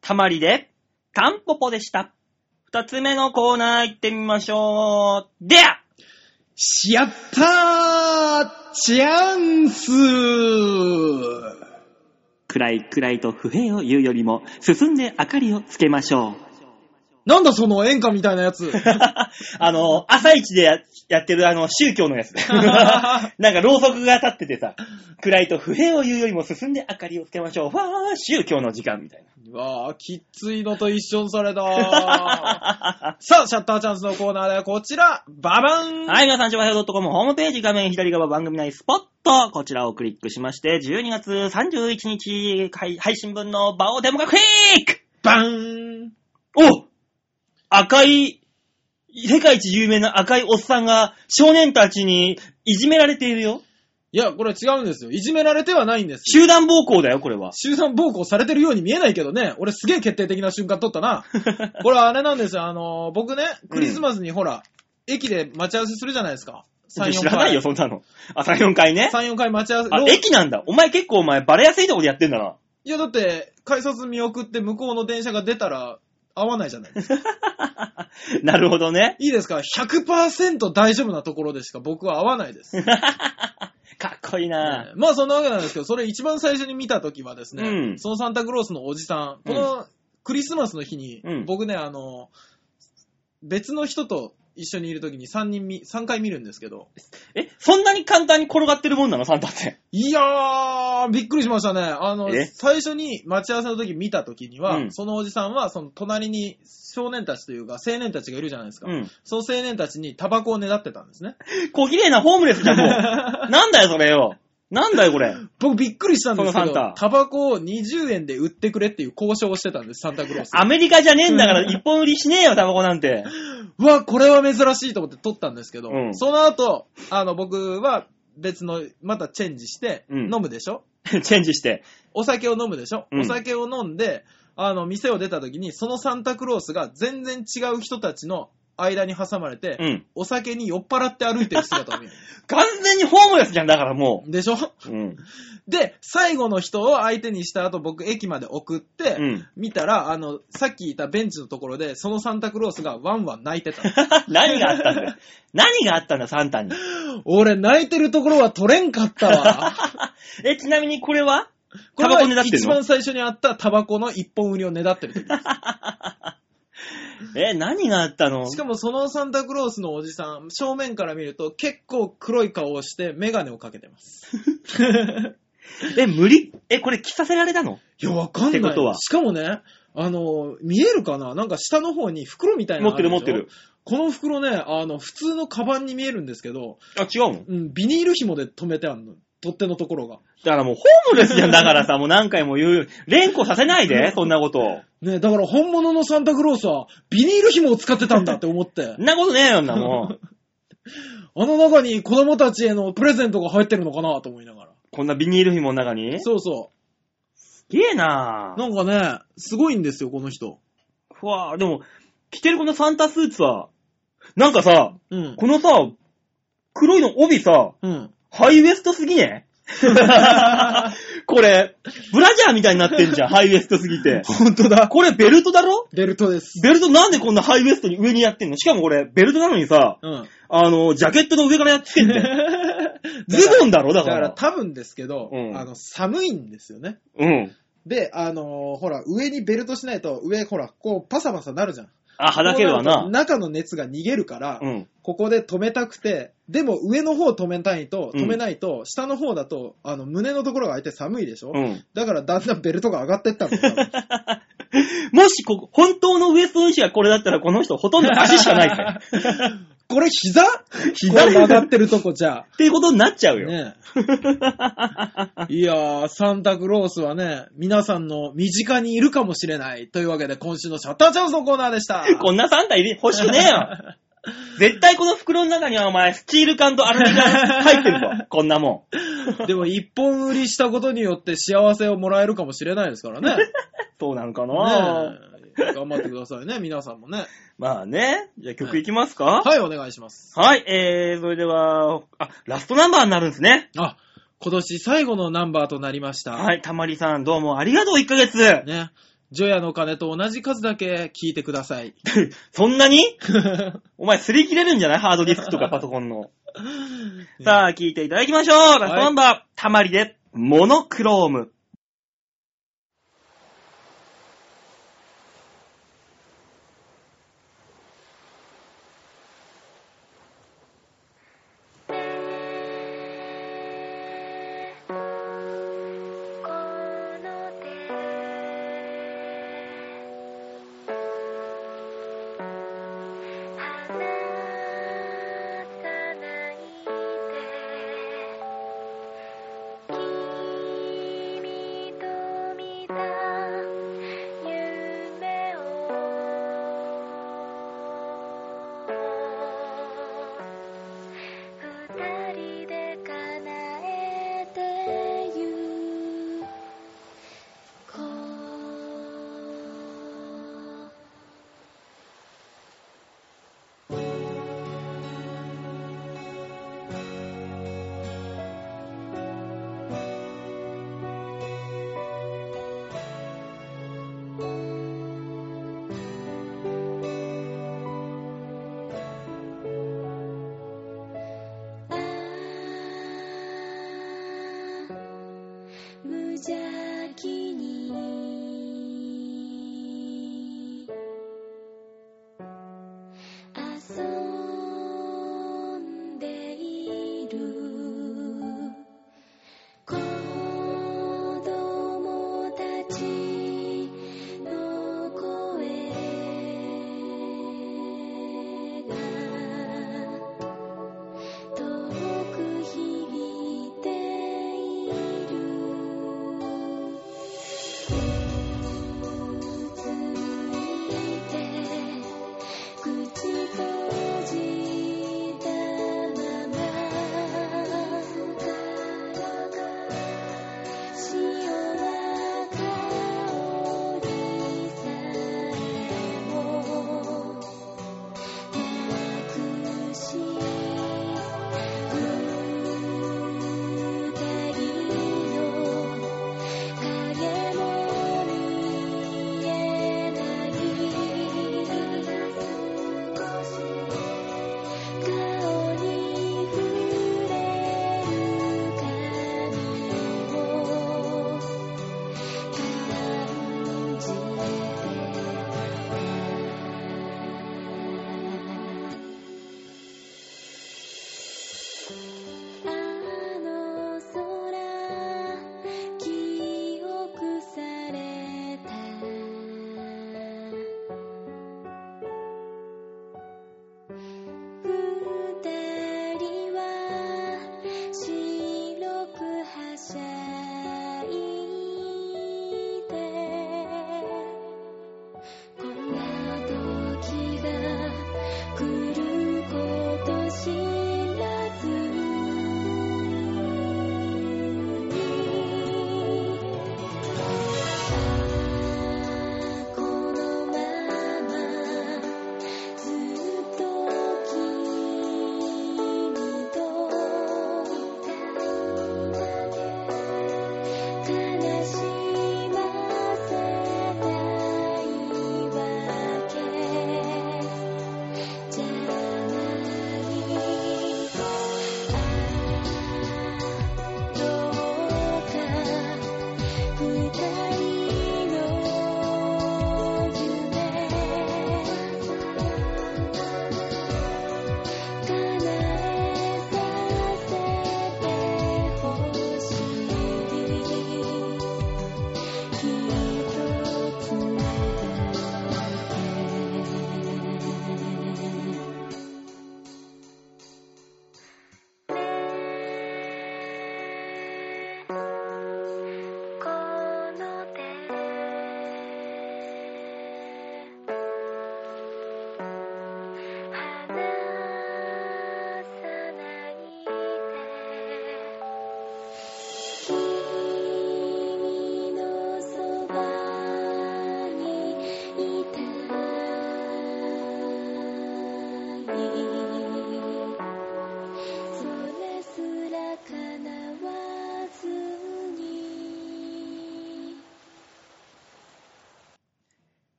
[SPEAKER 2] たまりで、タンポポでした。二つ目のコーナー行ってみましょう。でや
[SPEAKER 3] しやったーチャンス
[SPEAKER 2] 暗い暗いと不平を言うよりも、進んで明かりをつけましょう。
[SPEAKER 3] なんだその演歌みたいなやつ
[SPEAKER 2] あの、朝一でややってるあの、宗教の やつ。なんか、ろうそくが立っててさ、暗いと不平を言うよりも進んで明かりをつけましょう。わー、宗教の時間みたいな。
[SPEAKER 3] うわあ、きっついのと一緒に された。さあ、シャッターチャンスのコーナーではこちら、ババン
[SPEAKER 2] はい、皆さん、ちばひょう .com ホームページ画面左側番組内スポット、こちらをクリックしまして、12月31日配配信分の場をデモがクリック
[SPEAKER 3] バーン
[SPEAKER 2] お赤い、世界一有名な赤いおっさんが少年たちにいじめられているよ。
[SPEAKER 3] いや、これ違うんですよ。いじめられてはないんですよ。
[SPEAKER 2] 集団暴行だよ、これは。
[SPEAKER 3] 集団暴行されてるように見えないけどね、俺すげえ決定的な瞬間撮っ たな。これあれなんですよ、あのー僕ね、クリスマスにほら、駅で待ち合わせするじゃないですか。3、4回。
[SPEAKER 2] 知らないよ、そんなの。あ、3、4回ね。
[SPEAKER 3] 3、4回待ち合わせ。
[SPEAKER 2] あ
[SPEAKER 3] ロ、ー
[SPEAKER 2] 駅なんだ。お前結構お前バレやすいとこでやってんだな。
[SPEAKER 3] いや、だって、改札見送って向こうの電車が出たら、合わないじゃないですか。
[SPEAKER 2] なるほど ね。
[SPEAKER 3] いいですか ?100% 大丈夫なところでしか僕は合わないです。
[SPEAKER 2] かっこいいな、
[SPEAKER 3] ええまあそんなわけなんですけど、それ一番最初に見た時はですね、
[SPEAKER 2] うん
[SPEAKER 3] そのサンタクロースのおじさん、このクリスマスの日に、
[SPEAKER 2] うん
[SPEAKER 3] 僕ね、あの、別の人と一緒にいる時に3人見、3回見るんですけど、
[SPEAKER 2] え、そんなに簡単に転がってるもんなのサンタって。
[SPEAKER 3] いやー、びっくりしましたね。あの
[SPEAKER 2] え、
[SPEAKER 3] 最初に待ち合わせの時見た時には、
[SPEAKER 2] うん
[SPEAKER 3] そのおじさんは、その隣に少年たちというか、青年たちがいるじゃないですか。
[SPEAKER 2] うん。
[SPEAKER 3] その青年たちにタバコをねだってたんですね。
[SPEAKER 2] 小綺麗なホームレスじゃん、もう。なんだよ、それよ。なんだよ、これ。
[SPEAKER 3] 僕びっくりしたんですけ
[SPEAKER 2] その
[SPEAKER 3] ど
[SPEAKER 2] サンタ、
[SPEAKER 3] タバコを20円で売ってくれっていう交渉をしてたんです、サンタクロース。
[SPEAKER 2] アメリカじゃねえんだから、一本売りしねえよ、タバコなん て。
[SPEAKER 3] うわ、これは珍しいと思って撮ったんですけど、
[SPEAKER 2] うん
[SPEAKER 3] その後、あの、僕は別の、またチェンジして、
[SPEAKER 2] うん
[SPEAKER 3] 飲むでしょ
[SPEAKER 2] チェンジして。
[SPEAKER 3] お酒を飲むでしょ、
[SPEAKER 2] うん
[SPEAKER 3] お酒を飲んで、あの、店を出た時に、そのサンタクロースが全然違う人たちの間に挟まれて、
[SPEAKER 2] うん。
[SPEAKER 3] お酒に酔っ払って歩いてる姿を 見る。
[SPEAKER 2] 完全にホームレスじゃん、だからも
[SPEAKER 3] でしょ
[SPEAKER 2] う。うん。
[SPEAKER 3] で、最後の人を相手にした後、僕、駅まで送って、
[SPEAKER 2] うん。
[SPEAKER 3] 見たら、あの、さっきいたベンチのところで、そのサンタクロースがワンワン泣いてた。
[SPEAKER 2] 何があったんだよ。何があったんだ、サンタに。
[SPEAKER 3] 俺、泣いてるところは取れんかったわ。
[SPEAKER 2] え、ちなみにこれは
[SPEAKER 3] これ
[SPEAKER 2] タバコねだ
[SPEAKER 3] は
[SPEAKER 2] ってんの
[SPEAKER 3] 一番最初にあったタバコの一本売りをねだって る時。
[SPEAKER 2] え、何があったの
[SPEAKER 3] しかもそのサンタクロースのおじさん、正面から見ると結構黒い顔をしてメガネをかけてます。
[SPEAKER 2] え、無理え、これ着させられたの
[SPEAKER 3] いや、わかんない。
[SPEAKER 2] ってことは
[SPEAKER 3] しかもね、あの、見えるかななんか下の方に袋みたいなのあでしょ
[SPEAKER 2] 持ってる持ってる。
[SPEAKER 3] この袋ね、あの、普通のカバンに見えるんですけど、
[SPEAKER 2] あ、違うの
[SPEAKER 3] うん、ビニール紐で留めてあるの。取っ手のところが。
[SPEAKER 2] だからもうホームレスじゃん。だから さ、もう何回も言うよ。連呼させないで、そんなこと。
[SPEAKER 3] ねだから本物のサンタクロースはビニール紐を使ってたんだって 思って
[SPEAKER 2] そん。なことねえよ、んなもん。
[SPEAKER 3] あの中に子供たちへのプレゼントが入ってるのかなと思いながら。
[SPEAKER 2] こんなビニール紐の中にす
[SPEAKER 3] そうそ
[SPEAKER 2] げえな
[SPEAKER 3] う。なんかね、すごいんですよ、この人。
[SPEAKER 2] ふわぁ、でも、着てるこのサンタスーツさ、なんかさ、
[SPEAKER 3] うん。
[SPEAKER 2] このさ、黒いの帯さ、
[SPEAKER 3] うん。
[SPEAKER 2] ハイウエストすぎね これ、ブラジャーみたいになってんじ ゃん、ハイウエストすぎて。
[SPEAKER 3] 本当だ。
[SPEAKER 2] これベルトだろ
[SPEAKER 3] ベルトです。
[SPEAKER 2] ベルトなんでこんなハイウエストに上にやってんのしかもこれ、ベルトなのにさ、
[SPEAKER 3] うん。
[SPEAKER 2] あの、ジャケットの上からやってんだよ。 ズボンだろだ
[SPEAKER 3] だ
[SPEAKER 2] か
[SPEAKER 3] から
[SPEAKER 2] ら。
[SPEAKER 3] 多分ですけど、
[SPEAKER 2] うん
[SPEAKER 3] あの、寒いんですよね。
[SPEAKER 2] うん。
[SPEAKER 3] で、あのーほら、上にベルトしないと、上、ほら、こう、パサパサなるじゃん。
[SPEAKER 2] あ、はだけるわ
[SPEAKER 3] こう
[SPEAKER 2] な。
[SPEAKER 3] ると中の熱が逃げるから、
[SPEAKER 2] うん。
[SPEAKER 3] ここで止めたくて、でも上の方止めたいと、
[SPEAKER 2] うん
[SPEAKER 3] 止めないと、下の方だと、あの、胸のところが開いて寒いでしょ、
[SPEAKER 2] うん。
[SPEAKER 3] だからだんだんベルトが上がってった の。多分
[SPEAKER 2] もしこ、本当のウエストの位置がこれだったら、この人ほとんど足しかない から。
[SPEAKER 3] これ膝
[SPEAKER 2] 膝
[SPEAKER 3] これ曲がってるとこ じゃ。
[SPEAKER 2] っていうことになっちゃうよ。
[SPEAKER 3] ねえいやー、サンタクロースはね、皆さんの身近にいるかもしれない。というわけで、今週のシャッターチャンスのコーナーでした。
[SPEAKER 2] こんなサンタいり欲しくねえよ。 絶対この袋の中にはお前、スチール缶とアルミ缶入 ってるぞ。こんなもん。
[SPEAKER 3] でも、一本売りしたことによって幸せをもらえるかもしれないですから ね。ね
[SPEAKER 2] そうなんか
[SPEAKER 3] え
[SPEAKER 2] な、
[SPEAKER 3] 頑張ってくださいね、皆さんもね。
[SPEAKER 2] まあね。じゃあ曲いきますか、
[SPEAKER 3] はい、お願いします。
[SPEAKER 2] はい、えー、それでは、あ、ラストナンバーになるんですね。
[SPEAKER 3] あ、今年最後のナンバーとなりました。
[SPEAKER 2] はい、たまりさん、どうもありがとう、1ヶ月。
[SPEAKER 3] ね。除夜の鐘と同じ数だけ聞いてくださ い。
[SPEAKER 2] そんなにお前、擦り切れるんじゃないハードディスク とかパソコンの。さあ、聞いていただきましょうラストナンバー、たまりで、モノクローム。
[SPEAKER 1] この手離さないで君と見た夢を二人で叶えてゆこうあ無邪気に遊んでいる子供たちの声が遠く響いているうついて口閉じたままからか潮は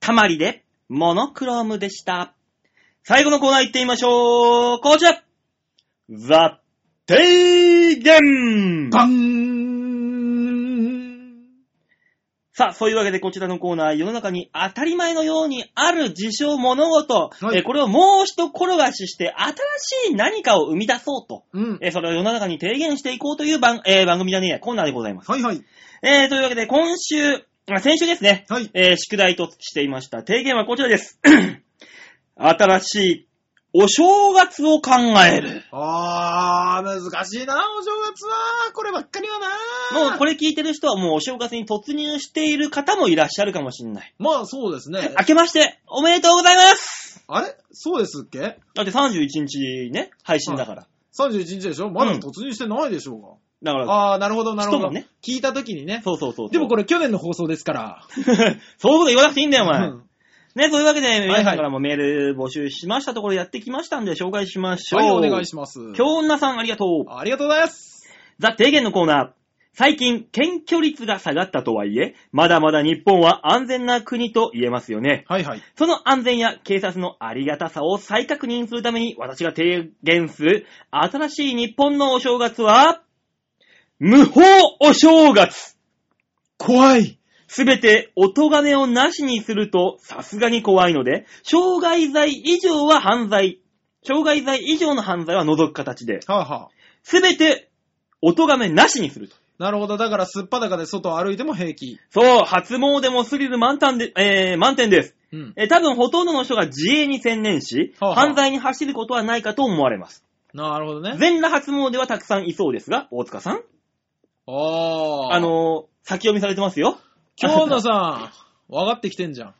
[SPEAKER 2] たまりで、モノクロームでした。最後のコーナー行ってみましょう。こちらザ・提言
[SPEAKER 3] バン
[SPEAKER 2] さあ、そういうわけでこちらのコーナー、世の中に当たり前のようにある事象、物事、
[SPEAKER 3] はい
[SPEAKER 2] えーこれをもう一転がしして、新しい何かを生み出そうと、
[SPEAKER 3] うん。
[SPEAKER 2] えーそれを世の中に提言していこうという番,、えー番組じゃねえや、コーナーでございます。
[SPEAKER 3] はいはい。
[SPEAKER 2] えー、というわけで今週、あ先週ですね、
[SPEAKER 3] はい。
[SPEAKER 2] えー宿題としていました。提言はこちらです。 新しいお正月を考える。
[SPEAKER 3] あー、難しいな、お正月は。こればっかりはな。
[SPEAKER 2] もうこれ聞いてる人はもうお正月に突入している方もいらっしゃるかもしれない。
[SPEAKER 3] まあそうですね。
[SPEAKER 2] 明けましておめでとうございます
[SPEAKER 3] あれそうですっけ
[SPEAKER 2] だって31日ね、配信だから。
[SPEAKER 3] ?31 日でしょまだ突入してないでしょうが。
[SPEAKER 2] だから、
[SPEAKER 3] あー、なるほど、なるほ
[SPEAKER 2] 人
[SPEAKER 3] ど。
[SPEAKER 2] もね
[SPEAKER 3] 聞いた時にね。
[SPEAKER 2] そうそうそうそう。
[SPEAKER 3] でもこれ去年の放送ですから。
[SPEAKER 2] そういうこと言わなくていいんだよ、お前。
[SPEAKER 3] うん
[SPEAKER 2] ね、そういうわけで、皆
[SPEAKER 3] はい
[SPEAKER 2] さんからもメール募集しましたところやってきましたんで、紹介しましょう。
[SPEAKER 3] はい、お願いします。
[SPEAKER 2] 京女さんありがとう。
[SPEAKER 3] ありがとうございます。
[SPEAKER 2] ザ・提言のコーナー。最近、検挙率が下がったとはいえ、まだまだ日本は安全な国と言えますよね。
[SPEAKER 3] はいはい。
[SPEAKER 2] その安全や警察のありがたさを再確認するために、私が提言する、新しい日本のお正月は、無法お正月
[SPEAKER 3] 怖い。
[SPEAKER 2] すべて音金をなしにするとさすがに怖いので、傷害罪以上は犯罪、傷害罪以上の犯罪は除く形で、
[SPEAKER 3] はあ、はあ、
[SPEAKER 2] すべて音金なしにすると。
[SPEAKER 3] なるほど。だから、すっぱだかで外を歩いても平気。
[SPEAKER 2] そう、初詣もスリル満タンで、えー、満点です。
[SPEAKER 3] うん。
[SPEAKER 2] えー、多分ほとんどの人が自衛に専念し、
[SPEAKER 3] はあはあ
[SPEAKER 2] 犯罪に走ることはないかと思われます。
[SPEAKER 3] なるほどね。
[SPEAKER 2] 全裸初詣はたくさんいそうですが、大塚さん、
[SPEAKER 3] あー。
[SPEAKER 2] あ、のー、先読みされてますよ。
[SPEAKER 3] 今日のさん、分かってきてんじゃん。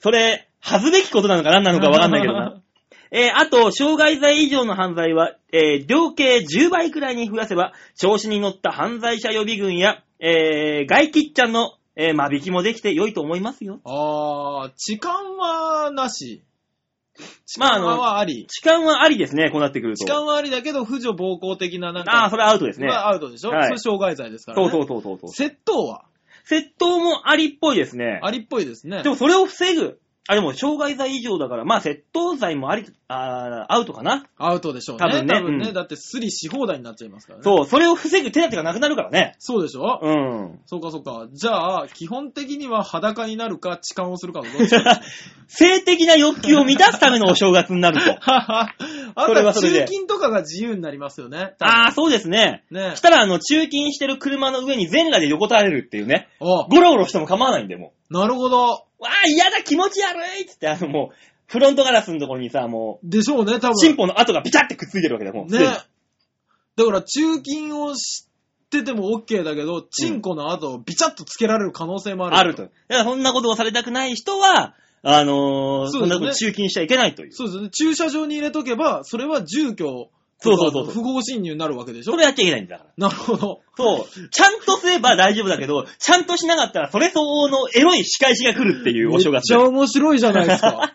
[SPEAKER 2] それ、恥ずべきことなのか何なのかわかんないけどな。。えーあと、傷害罪以上の犯罪は、えー量刑10倍くらいに増やせば、調子に乗った犯罪者予備軍や、えー、外吉ちゃんの、えー間引きもできて良いと思いますよ。
[SPEAKER 3] あー、痴漢はなし。痴
[SPEAKER 2] まああ
[SPEAKER 3] 漢
[SPEAKER 2] の
[SPEAKER 3] はあり。
[SPEAKER 2] 痴漢はありですね、こうなってくると。
[SPEAKER 3] 痴漢はありだけど、婦女暴行的ななんか。
[SPEAKER 2] ああ、それはアウトですね。
[SPEAKER 3] まあアウトでしょ、
[SPEAKER 2] はい
[SPEAKER 3] それ傷害罪ですから、
[SPEAKER 2] そ
[SPEAKER 3] ね。
[SPEAKER 2] うそうそうそうそう。
[SPEAKER 3] 窃盗は
[SPEAKER 2] 窃盗もありっぽいですね。
[SPEAKER 3] ありっぽいですね
[SPEAKER 2] で。もそれを防ぐ。あ、でも、傷害罪以上だから、まあ、窃盗罪もあり、あーアウトかな。
[SPEAKER 3] アウトでしょうね。
[SPEAKER 2] 多分ねうん
[SPEAKER 3] だってスリし放題になっちゃいますからね。う。
[SPEAKER 2] そう、それを防ぐ手立てがなくなるからね。
[SPEAKER 3] そうでしょ、
[SPEAKER 2] うん。
[SPEAKER 3] そうかそうか。じゃあ、基本的には裸になるか痴漢をするかのど っちか。
[SPEAKER 2] 性的な欲求を満たすためのお正月になると。
[SPEAKER 3] あ
[SPEAKER 2] そ
[SPEAKER 3] と
[SPEAKER 2] れは
[SPEAKER 3] は
[SPEAKER 2] それで
[SPEAKER 3] 中金とかが自由になりますよね。
[SPEAKER 2] ああ、そうですね。
[SPEAKER 3] ね
[SPEAKER 2] したら、あの、中勤してる車の上に全裸で横たわれるっていうね。
[SPEAKER 3] あ、
[SPEAKER 2] ゴロゴロしても構わないんで、も
[SPEAKER 3] なるほど。
[SPEAKER 2] う。わあ、嫌だ、気持ち悪いっつって、あの、もう、フロントガラスのところにさ、も
[SPEAKER 3] でしょうね、多
[SPEAKER 2] う、チン
[SPEAKER 3] 分。
[SPEAKER 2] ポの跡がピチャってくっついてるわけだよ、もう。
[SPEAKER 3] ね。だから、中金を知ってても OK だけど、チンコの後をビチャッとつけられる可能性もある。
[SPEAKER 2] あると。だからそんなことをされたくない人は、あのーそ
[SPEAKER 3] そうんで
[SPEAKER 2] な
[SPEAKER 3] すね
[SPEAKER 2] こと中勤しちゃいけないという。
[SPEAKER 3] そうですね。駐車場に入れとけば、それは住居
[SPEAKER 2] そうそうそうそう
[SPEAKER 3] 不法侵入になるわけでしょ
[SPEAKER 2] それやっちゃいけないんだから。
[SPEAKER 3] なるほど。
[SPEAKER 2] そう。ちゃんとすれば大丈夫だけど、ちゃんとしなかったら、それ相応のエロい仕返しが来るっていうお正
[SPEAKER 3] めっ
[SPEAKER 2] 月
[SPEAKER 3] ちゃ面白いじゃないで すか。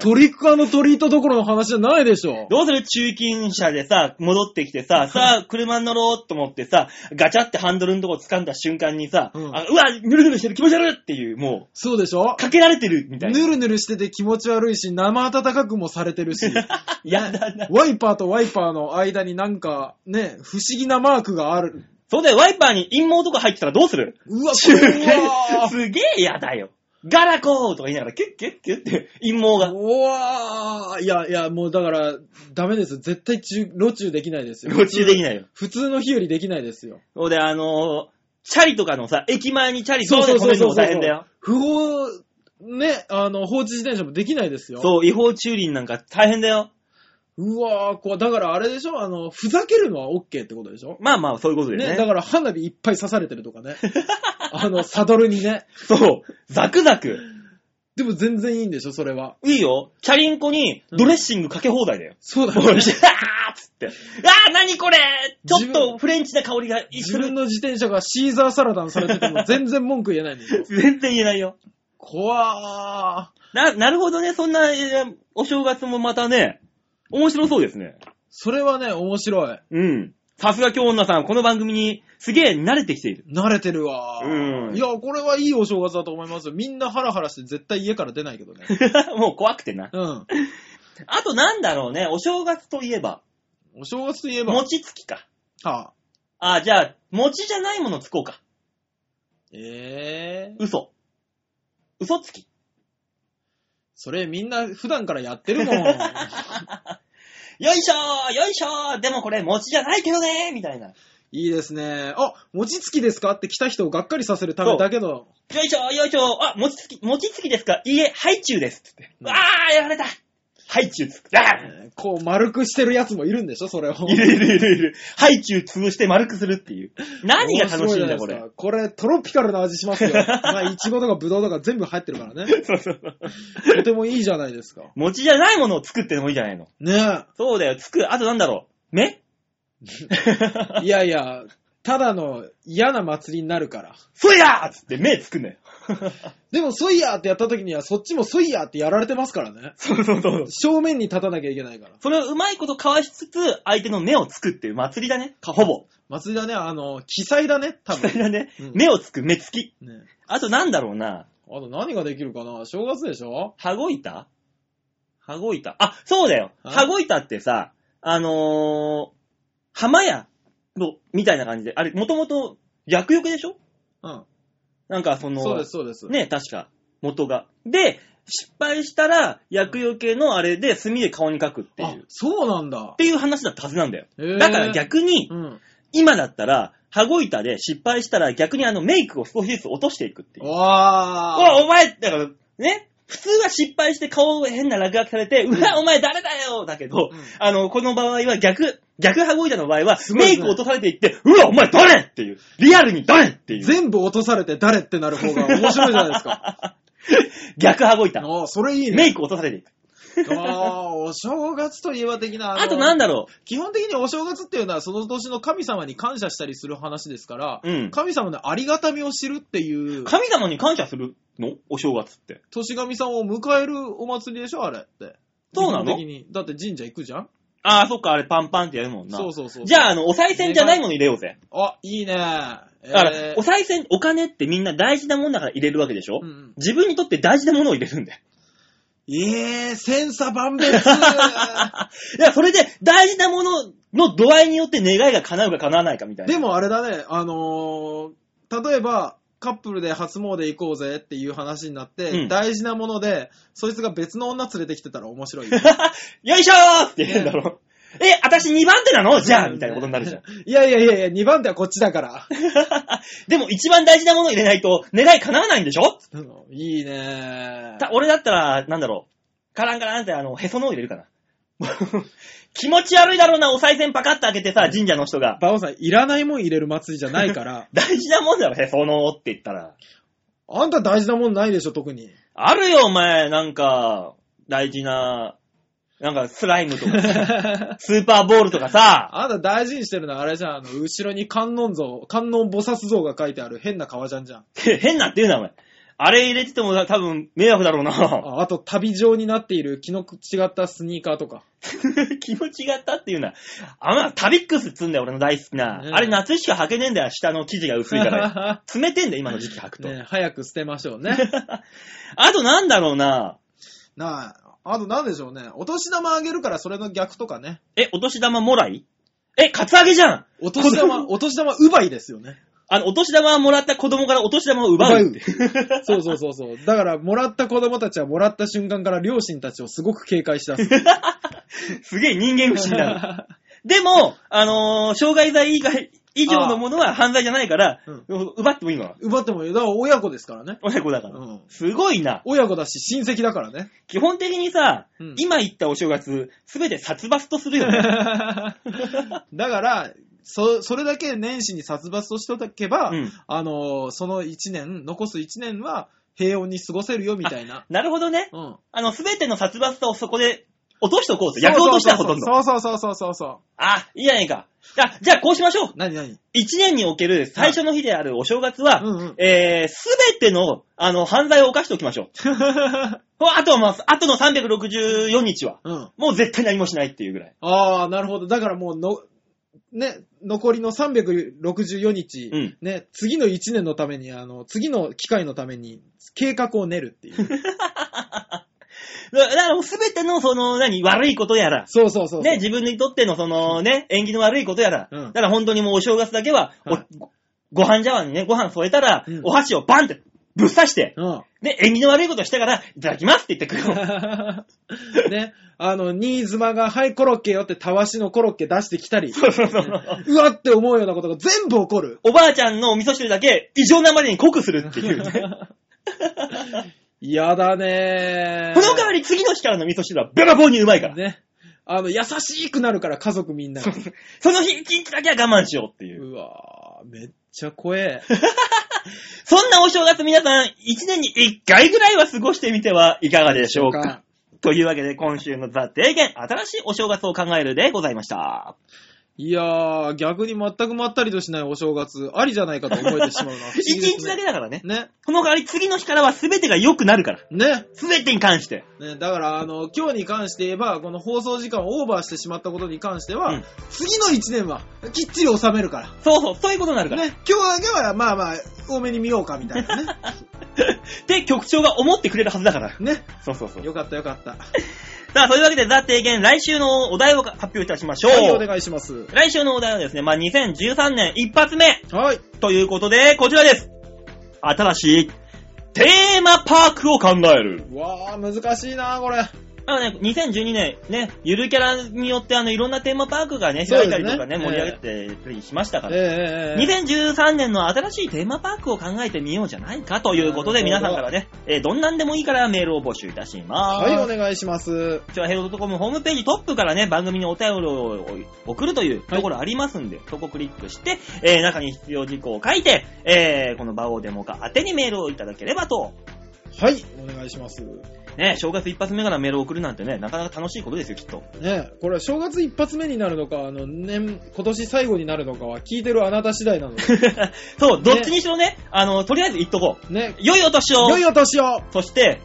[SPEAKER 3] トリックトリートどころの話じゃないでしょ。
[SPEAKER 2] どうする中勤車でさ、戻ってきて さ、さあ、車に乗ろうと思ってさ、ガチャってハンドルのとこ掴んだ瞬間にさ、
[SPEAKER 3] うん
[SPEAKER 2] あうわ、ぬるぬるしてる気持ち悪いっていう、も
[SPEAKER 3] そうでしょ
[SPEAKER 2] う、かけられてるみたい
[SPEAKER 3] ぬ
[SPEAKER 2] な。
[SPEAKER 3] るぬるしてて気持ち悪いし、生温かくもされてるし、
[SPEAKER 2] やだな。
[SPEAKER 3] ワイパーとワイパーの間になんか、ね、不思議なマークがある。
[SPEAKER 2] そうだよ、ワイパーに陰謀とか入ってたらどうする
[SPEAKER 3] うわ、
[SPEAKER 2] 中
[SPEAKER 3] う
[SPEAKER 2] 堅
[SPEAKER 3] わ
[SPEAKER 2] すげえやだよ。ガラコーとか言いながら、キュッキュッキュッって陰謀が。
[SPEAKER 3] うわーいやいや、もうだから、ダメです。絶対中、路中できないですよ。
[SPEAKER 2] 途中できないよ。
[SPEAKER 3] 普通の日よりできないですよ。
[SPEAKER 2] そうで、あのーチャリとかのさ、駅前にチャリどうで止めるのも大変だよ。
[SPEAKER 3] 不法、ね、あの、放置自転車もできないですよ。
[SPEAKER 2] そう、違法駐輪なんか大変だよ。
[SPEAKER 3] うわーこう、だからあれでしょあの、ふざけるのは OK ってことでしょ
[SPEAKER 2] まあまあ、そういうことで
[SPEAKER 3] ね、だから花火いっぱい刺されてると かね。あの、サドルにね。
[SPEAKER 2] そう、ザクザク。
[SPEAKER 3] でも全然いいんでしょそれは。
[SPEAKER 2] いいよ。チャリンコにドレッシングかけ放題だよ。
[SPEAKER 3] そうだ
[SPEAKER 2] もう あー
[SPEAKER 3] ね
[SPEAKER 2] っ。つって。あー何これちょっ
[SPEAKER 3] 自
[SPEAKER 2] と
[SPEAKER 3] 分
[SPEAKER 2] フレンチな香りがす
[SPEAKER 3] 自
[SPEAKER 2] る。
[SPEAKER 3] 分。の自転車がシーザーサラダにされてても全然文句言えないんですよ
[SPEAKER 2] 全然言えないよ。
[SPEAKER 3] 怖ー。
[SPEAKER 2] な、なるほどね。そんな、えーお正月もまたね、面白そうですね。
[SPEAKER 3] それはね、面白い。
[SPEAKER 2] うん。さすが今日女さん、この番組にすげえ慣れてきている。
[SPEAKER 3] 慣れてるわ。
[SPEAKER 2] うん
[SPEAKER 3] いや、これはいいお正月だと思いますよ。みんなハラハラして絶対家から出ないけど ね。
[SPEAKER 2] もう怖くてな。
[SPEAKER 3] うん。
[SPEAKER 2] あとなんだろうね、お正月といえば、
[SPEAKER 3] お正月といえば、
[SPEAKER 2] 餅つきか。
[SPEAKER 3] はあ、
[SPEAKER 2] あ、じゃあ、餅じゃないものつこうか。
[SPEAKER 3] ええ
[SPEAKER 2] 嘘。嘘つき。
[SPEAKER 3] それみんな普段からやってるもん。
[SPEAKER 2] よいしょーよいしょーでもこれ餅じゃないけどねーみたいな。よ
[SPEAKER 3] いいですね。あ、餅つきですかって来た人をがっかりさせるためだけど、
[SPEAKER 2] いしょーよいしょーあ、餅つき、餅つきですかいいえ、ハイチュウです。つって。
[SPEAKER 3] うん
[SPEAKER 2] わーやられたハイチュウつく。あー
[SPEAKER 3] えーこう丸くしてるやつもいるんでしょそれを。
[SPEAKER 2] いるいるいるいる。ハイチュウ潰して丸くするっていう。何が楽しいんだこれ。。
[SPEAKER 3] これトロピカルな味し ますよ。まあ、いちごとかぶどうとか全部入ってるからね。
[SPEAKER 2] そうそうそう。
[SPEAKER 3] とてもいいじゃないですか。
[SPEAKER 2] 餅じゃないものを作ってもいいじゃないの。
[SPEAKER 3] ね
[SPEAKER 2] そうだよ、つく。あとなんだろう。 目
[SPEAKER 3] え。いやいや、ただの嫌な祭りになるから。
[SPEAKER 2] そいやーつって目つくんだよ。
[SPEAKER 3] でも、ソイヤーってやった時には、そっちもソイヤーってやられてますからね。
[SPEAKER 2] そうそうそう。
[SPEAKER 3] 正面に立たなきゃいけないから。
[SPEAKER 2] それをうまいことかわしつつ、相手の目をつくっていう祭りだね。かほぼ。
[SPEAKER 3] 祭りだね、あの、記載だね、多
[SPEAKER 2] 祭
[SPEAKER 3] 分。
[SPEAKER 2] りだね。
[SPEAKER 3] うん
[SPEAKER 2] 目をつく、目つき。
[SPEAKER 3] ね
[SPEAKER 2] あとなんだろうな。
[SPEAKER 3] あと何ができるかな正月でしょ
[SPEAKER 2] 羽子板羽子板。あ、そうだよ。
[SPEAKER 3] あ
[SPEAKER 2] 羽子板ってさ、あのー、浜屋の、みたいな感じで。あれ、もともと、薬浴でしょ
[SPEAKER 3] うん。
[SPEAKER 2] なんかその、
[SPEAKER 3] そうです、そうです。
[SPEAKER 2] ね、確か、元が。で、失敗したら、薬用系のあれで炭で顔に書くってい
[SPEAKER 3] あ
[SPEAKER 2] う。っ、
[SPEAKER 3] そうなんだ。
[SPEAKER 2] ていう話だったはずなんだよ。
[SPEAKER 3] へー
[SPEAKER 2] だから逆に
[SPEAKER 3] う、ん。
[SPEAKER 2] 今だったら、羽子板で失敗したら逆にあのメイクを少しずつ落としていくっていう。お
[SPEAKER 3] わ
[SPEAKER 2] い、お前、だから、ね、普通は失敗して顔を変な落書きされて、うわ、お前誰だよだけど、
[SPEAKER 3] うん
[SPEAKER 2] あの、この場合は逆、逆羽子板の場合は、
[SPEAKER 3] ごい
[SPEAKER 2] メイクを落とされていって、うわ、お前誰っていう。リアルに誰っていう。
[SPEAKER 3] 全部落とされて誰ってなる方が面白いじゃないで すか。
[SPEAKER 2] 逆羽子板。
[SPEAKER 3] ああ、それいいね。
[SPEAKER 2] メイクを落とされていく。
[SPEAKER 3] ああ、お正月といえば的な。の
[SPEAKER 2] あとなんだろ
[SPEAKER 3] 基本的にお正月っていうのはその年の神様に感謝したりする話ですから、
[SPEAKER 2] うん
[SPEAKER 3] 神様のありがたみを知るっていう
[SPEAKER 2] う。、神様に感謝するのお正月って。
[SPEAKER 3] 年神さんを迎えるお祭りでしょあれって。
[SPEAKER 2] そうなの
[SPEAKER 3] 基本的に。だって神社行くじゃん
[SPEAKER 2] ああ、そっか、あれパンパンってやるもんな。
[SPEAKER 3] そうそうそう。
[SPEAKER 2] じゃあ、あの、お賽銭じゃないもの入れようぜ。
[SPEAKER 3] あ、いいね。えー
[SPEAKER 2] だから、お賽銭、お金ってみんな大事なもんだから入れるわけでしょ、
[SPEAKER 3] うんうん
[SPEAKER 2] 自分にとって大事なものを入れるんだよ。
[SPEAKER 3] えー、千差 万別。
[SPEAKER 2] いや、それで大事なものの度合いによって願いが叶うか叶わないかみたいな。
[SPEAKER 3] でもあれだね、あのー例えば、カップルで初詣行こうぜっていう話になって、
[SPEAKER 2] うん
[SPEAKER 3] 大事なもので、そいつが別の女連れてきてたら 面白い よ。
[SPEAKER 2] よいしょーって言うんだろ。え、私2番手なのじゃあみたいなことになるじゃん。
[SPEAKER 3] いやいやいやいや、2番手はこっちだから。
[SPEAKER 2] でも一番大事なものを入れないと願い叶わないんでしょ
[SPEAKER 3] うんいいね
[SPEAKER 2] た俺だったら、なんだろう。カランカランって、あの、へその緒入れるかな。 気持ち悪いだろうな、お賽銭パカッと開けてさ、神社の人が。
[SPEAKER 3] バオさん、いらないもん入れる祭りじゃない から、
[SPEAKER 2] 大事なもんだろ、へその緒って言ったら。
[SPEAKER 3] あんた大事なもんないでしょ、特 に。
[SPEAKER 2] あるよ、お前、なんか、大事な、なんか、スライムと かさ、スーパーボールとかさ、
[SPEAKER 3] あんた大事にしてるのはあれじゃん、あの、後ろに観音像、観音菩薩像が書いてある変な革ジャンじゃん。
[SPEAKER 2] 変なって言うな、お前。あれ入れてても多分迷惑だろうな。
[SPEAKER 3] ああと、旅状になっている、気の違ったスニーカーとか。
[SPEAKER 2] 気持ちがったっていうな。あまあ、タビックスっつうんだよ、俺の大好きな。
[SPEAKER 3] ね
[SPEAKER 2] あれ夏しか履けねえんだよ、下の生地が薄い から。詰めてんだよ、今の時期履くと。
[SPEAKER 3] ね、早く捨てましょうね。
[SPEAKER 2] あとなんだろうな。
[SPEAKER 3] なあ、あとなんでしょうね。お年玉あげるからそれの逆とかね。
[SPEAKER 2] え、お年玉もらいえ、カツアゲじゃん
[SPEAKER 3] お年玉、お年玉奪いですよね。
[SPEAKER 2] あの、お年玉もらった子供からお年玉を奪うって。
[SPEAKER 3] そうそうそうそう。だから、もらった子供たちはもらった瞬間から両親たちをすごく警戒しだ す。
[SPEAKER 2] すげえ人間不信 なの。でも、あのー、障害罪以外、以上のものは犯罪じゃないから、
[SPEAKER 3] うん
[SPEAKER 2] 奪ってもいいのな。
[SPEAKER 3] 奪ってもいい。だから親子ですからね。
[SPEAKER 2] 親子だから。
[SPEAKER 3] うん。
[SPEAKER 2] すごいな。
[SPEAKER 3] 親子だし、親戚だからね。
[SPEAKER 2] 基本的にさ、
[SPEAKER 3] うん
[SPEAKER 2] 今言ったお正月、すべて殺伐とするよね。
[SPEAKER 3] だから、そ、それだけ年始に殺伐としておけば、
[SPEAKER 2] うん
[SPEAKER 3] あのー、その一年、残す一年は平穏に過ごせるよ、みたいな。
[SPEAKER 2] なるほどね。
[SPEAKER 3] うん。
[SPEAKER 2] あの、すべての殺伐さをそこで落としとこうと。 焼こうとしたほとんど。
[SPEAKER 3] そうそうそうそうそうそう。
[SPEAKER 2] あ、いいじゃないか。じゃあ、じゃあこうしましょう。
[SPEAKER 3] 何何
[SPEAKER 2] 一年における最初の日であるお正月は、
[SPEAKER 3] うんうん
[SPEAKER 2] えー、すべての、あの、犯罪を犯しておきましょう。あとは、まあ、あとの364日は、
[SPEAKER 3] うん。
[SPEAKER 2] もう絶対何もしないっていうぐらい。
[SPEAKER 3] ああ、なるほど。だからもうの、ね、残りの364日、
[SPEAKER 2] うん
[SPEAKER 3] ね、次の1年のために、あの、次の機会のために、計画を練るっていう。
[SPEAKER 2] だだからもうすべての、その、何、悪いことやら、
[SPEAKER 3] そうそうそうそう。
[SPEAKER 2] ね、自分にとっての、そのね、縁起の悪いことやら、
[SPEAKER 3] うん
[SPEAKER 2] だから本当にもうお正月だけは、お
[SPEAKER 3] はい
[SPEAKER 2] ご飯茶碗にね、ご飯添えたら、
[SPEAKER 3] うん
[SPEAKER 2] お箸をバンってぶっ刺して、
[SPEAKER 3] うん。
[SPEAKER 2] で、縁起の悪いことしたから、いただきますって言ってくる。
[SPEAKER 3] ね、あの、新妻が、はい、コロッケよって、たわしのコロッケ出してきたり、
[SPEAKER 2] そうそうそう。
[SPEAKER 3] うわって思うようなことが全部起こる。
[SPEAKER 2] おばあちゃんのお味噌汁だけ、異常なまでに濃くするって いうね。
[SPEAKER 3] 嫌だね
[SPEAKER 2] この代わり次の日からの味噌汁はべらぼうにうまいから。
[SPEAKER 3] ね。あの、優しくなるから、家族みんなが。
[SPEAKER 2] その日、一日だけは我慢しようっていう。
[SPEAKER 3] うわーめっちゃ怖え。
[SPEAKER 2] そんなお正月皆さん、一年に一回ぐらいは過ごしてみてはいかがでしょうか。というわけで、今週のザ・提言、新しいお正月を考えるでございました。
[SPEAKER 3] いやー、逆に全くまったりとしないお正月、ありじゃないかと思えてしまうな。不思
[SPEAKER 2] 一
[SPEAKER 3] 議です
[SPEAKER 2] 日だけだからね。
[SPEAKER 3] ね。
[SPEAKER 2] この代わり、次の日からは全てが良くなるから。
[SPEAKER 3] ね。
[SPEAKER 2] 全てに関して。
[SPEAKER 3] ね。だから、あの、今日に関して言えば、この放送時間をオーバーしてしまったことに関しては、
[SPEAKER 2] うん
[SPEAKER 3] 次の一年は、きっちり収めるか。
[SPEAKER 2] そうそう、そういうことになるからら。
[SPEAKER 3] ね。今日だけは、まあまあ、多めに見ようか、みたいな ね。
[SPEAKER 2] で、局長が思ってくれるはずだから。
[SPEAKER 3] ね。
[SPEAKER 2] そうそうそう。
[SPEAKER 3] よかったよかった。
[SPEAKER 2] さあ、そういうわけで、ザ・提言、来週のお題を発表いたしましょう。
[SPEAKER 3] はい、お願いします。
[SPEAKER 2] 来週のお題はですね、まあ、2013年一発目
[SPEAKER 3] はい。
[SPEAKER 2] ということで、こちらです。新しいテーマパークを考える。
[SPEAKER 3] わー、難しいなー、これ。
[SPEAKER 2] あのね、2012年、ね、ゆるキャラによって、あの、いろんなテーマパークがね、
[SPEAKER 3] そう
[SPEAKER 2] 開い
[SPEAKER 3] ですね
[SPEAKER 2] たりとかね、
[SPEAKER 3] ええ
[SPEAKER 2] 盛り上げてたりしましたから。
[SPEAKER 3] ええええ
[SPEAKER 2] 2013年の新しいテーマパークを考えてみようじゃないかということで、
[SPEAKER 3] なる
[SPEAKER 2] 皆
[SPEAKER 3] ほど
[SPEAKER 2] さんからね、えーどんなんでもいいからメールを募集いたします。
[SPEAKER 3] はい、お願いします。
[SPEAKER 2] こちらヘロドットコムホームページトップからね、番組にお便りを送るというところありますんで、そこクリックして、えー中に必要事項を書いて、えーこの場をデモか宛てにメールをいただければと。
[SPEAKER 3] はい、お願いします。
[SPEAKER 2] ね、正月一発目からメールを送るなんてね、なかなか楽しいことですよ、きっと。
[SPEAKER 3] ねこれは正月一発目になるのか、あの、年、今年最後になるのかは聞いてるあなた次第な ので、
[SPEAKER 2] そう、どっちにしろね、あの、とりあえず言っとこう。
[SPEAKER 3] ね、
[SPEAKER 2] 良いお年を
[SPEAKER 3] 良いお年を
[SPEAKER 2] そして、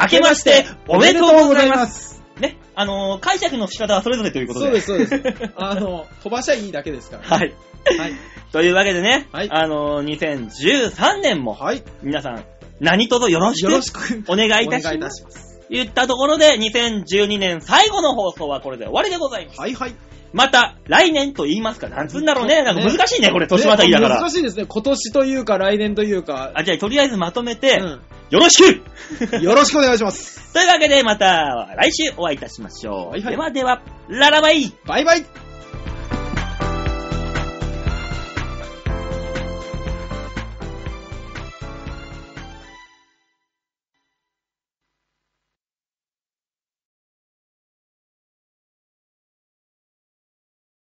[SPEAKER 2] 明けましておめでとうございます。
[SPEAKER 3] す。
[SPEAKER 2] ね、あのー解釈の仕方はそれぞれということで。
[SPEAKER 3] そうです、そうです。 あの、飛ばしゃいいだけですから。
[SPEAKER 2] はい。
[SPEAKER 3] はい。
[SPEAKER 2] というわけでね、
[SPEAKER 3] はい
[SPEAKER 2] あのー2013年も、
[SPEAKER 3] はい。
[SPEAKER 2] 皆さん、何卒よろし
[SPEAKER 3] よ
[SPEAKER 2] く
[SPEAKER 3] ろしく。
[SPEAKER 2] お願いいた
[SPEAKER 3] お願い
[SPEAKER 2] し
[SPEAKER 3] いた
[SPEAKER 2] ます。
[SPEAKER 3] します。
[SPEAKER 2] 言ったところで、2012年最後の放送はこれで終わりでございます。
[SPEAKER 3] はいはい。
[SPEAKER 2] また、来年と言いますか、なんつうんだろうね。
[SPEAKER 3] ね
[SPEAKER 2] なんか難しいね、これ、年またぎだか
[SPEAKER 3] ね
[SPEAKER 2] ら
[SPEAKER 3] 難。しいですね。今年というか来年というか。
[SPEAKER 2] あ、じゃあ、とりあえずまとめて、
[SPEAKER 3] う
[SPEAKER 2] よろしく
[SPEAKER 3] ん。よろしくお願いします。
[SPEAKER 2] というわけで、また来週お会いいたしましょう。
[SPEAKER 3] はいはい
[SPEAKER 2] ではでは、ララバイ
[SPEAKER 3] バイバイ。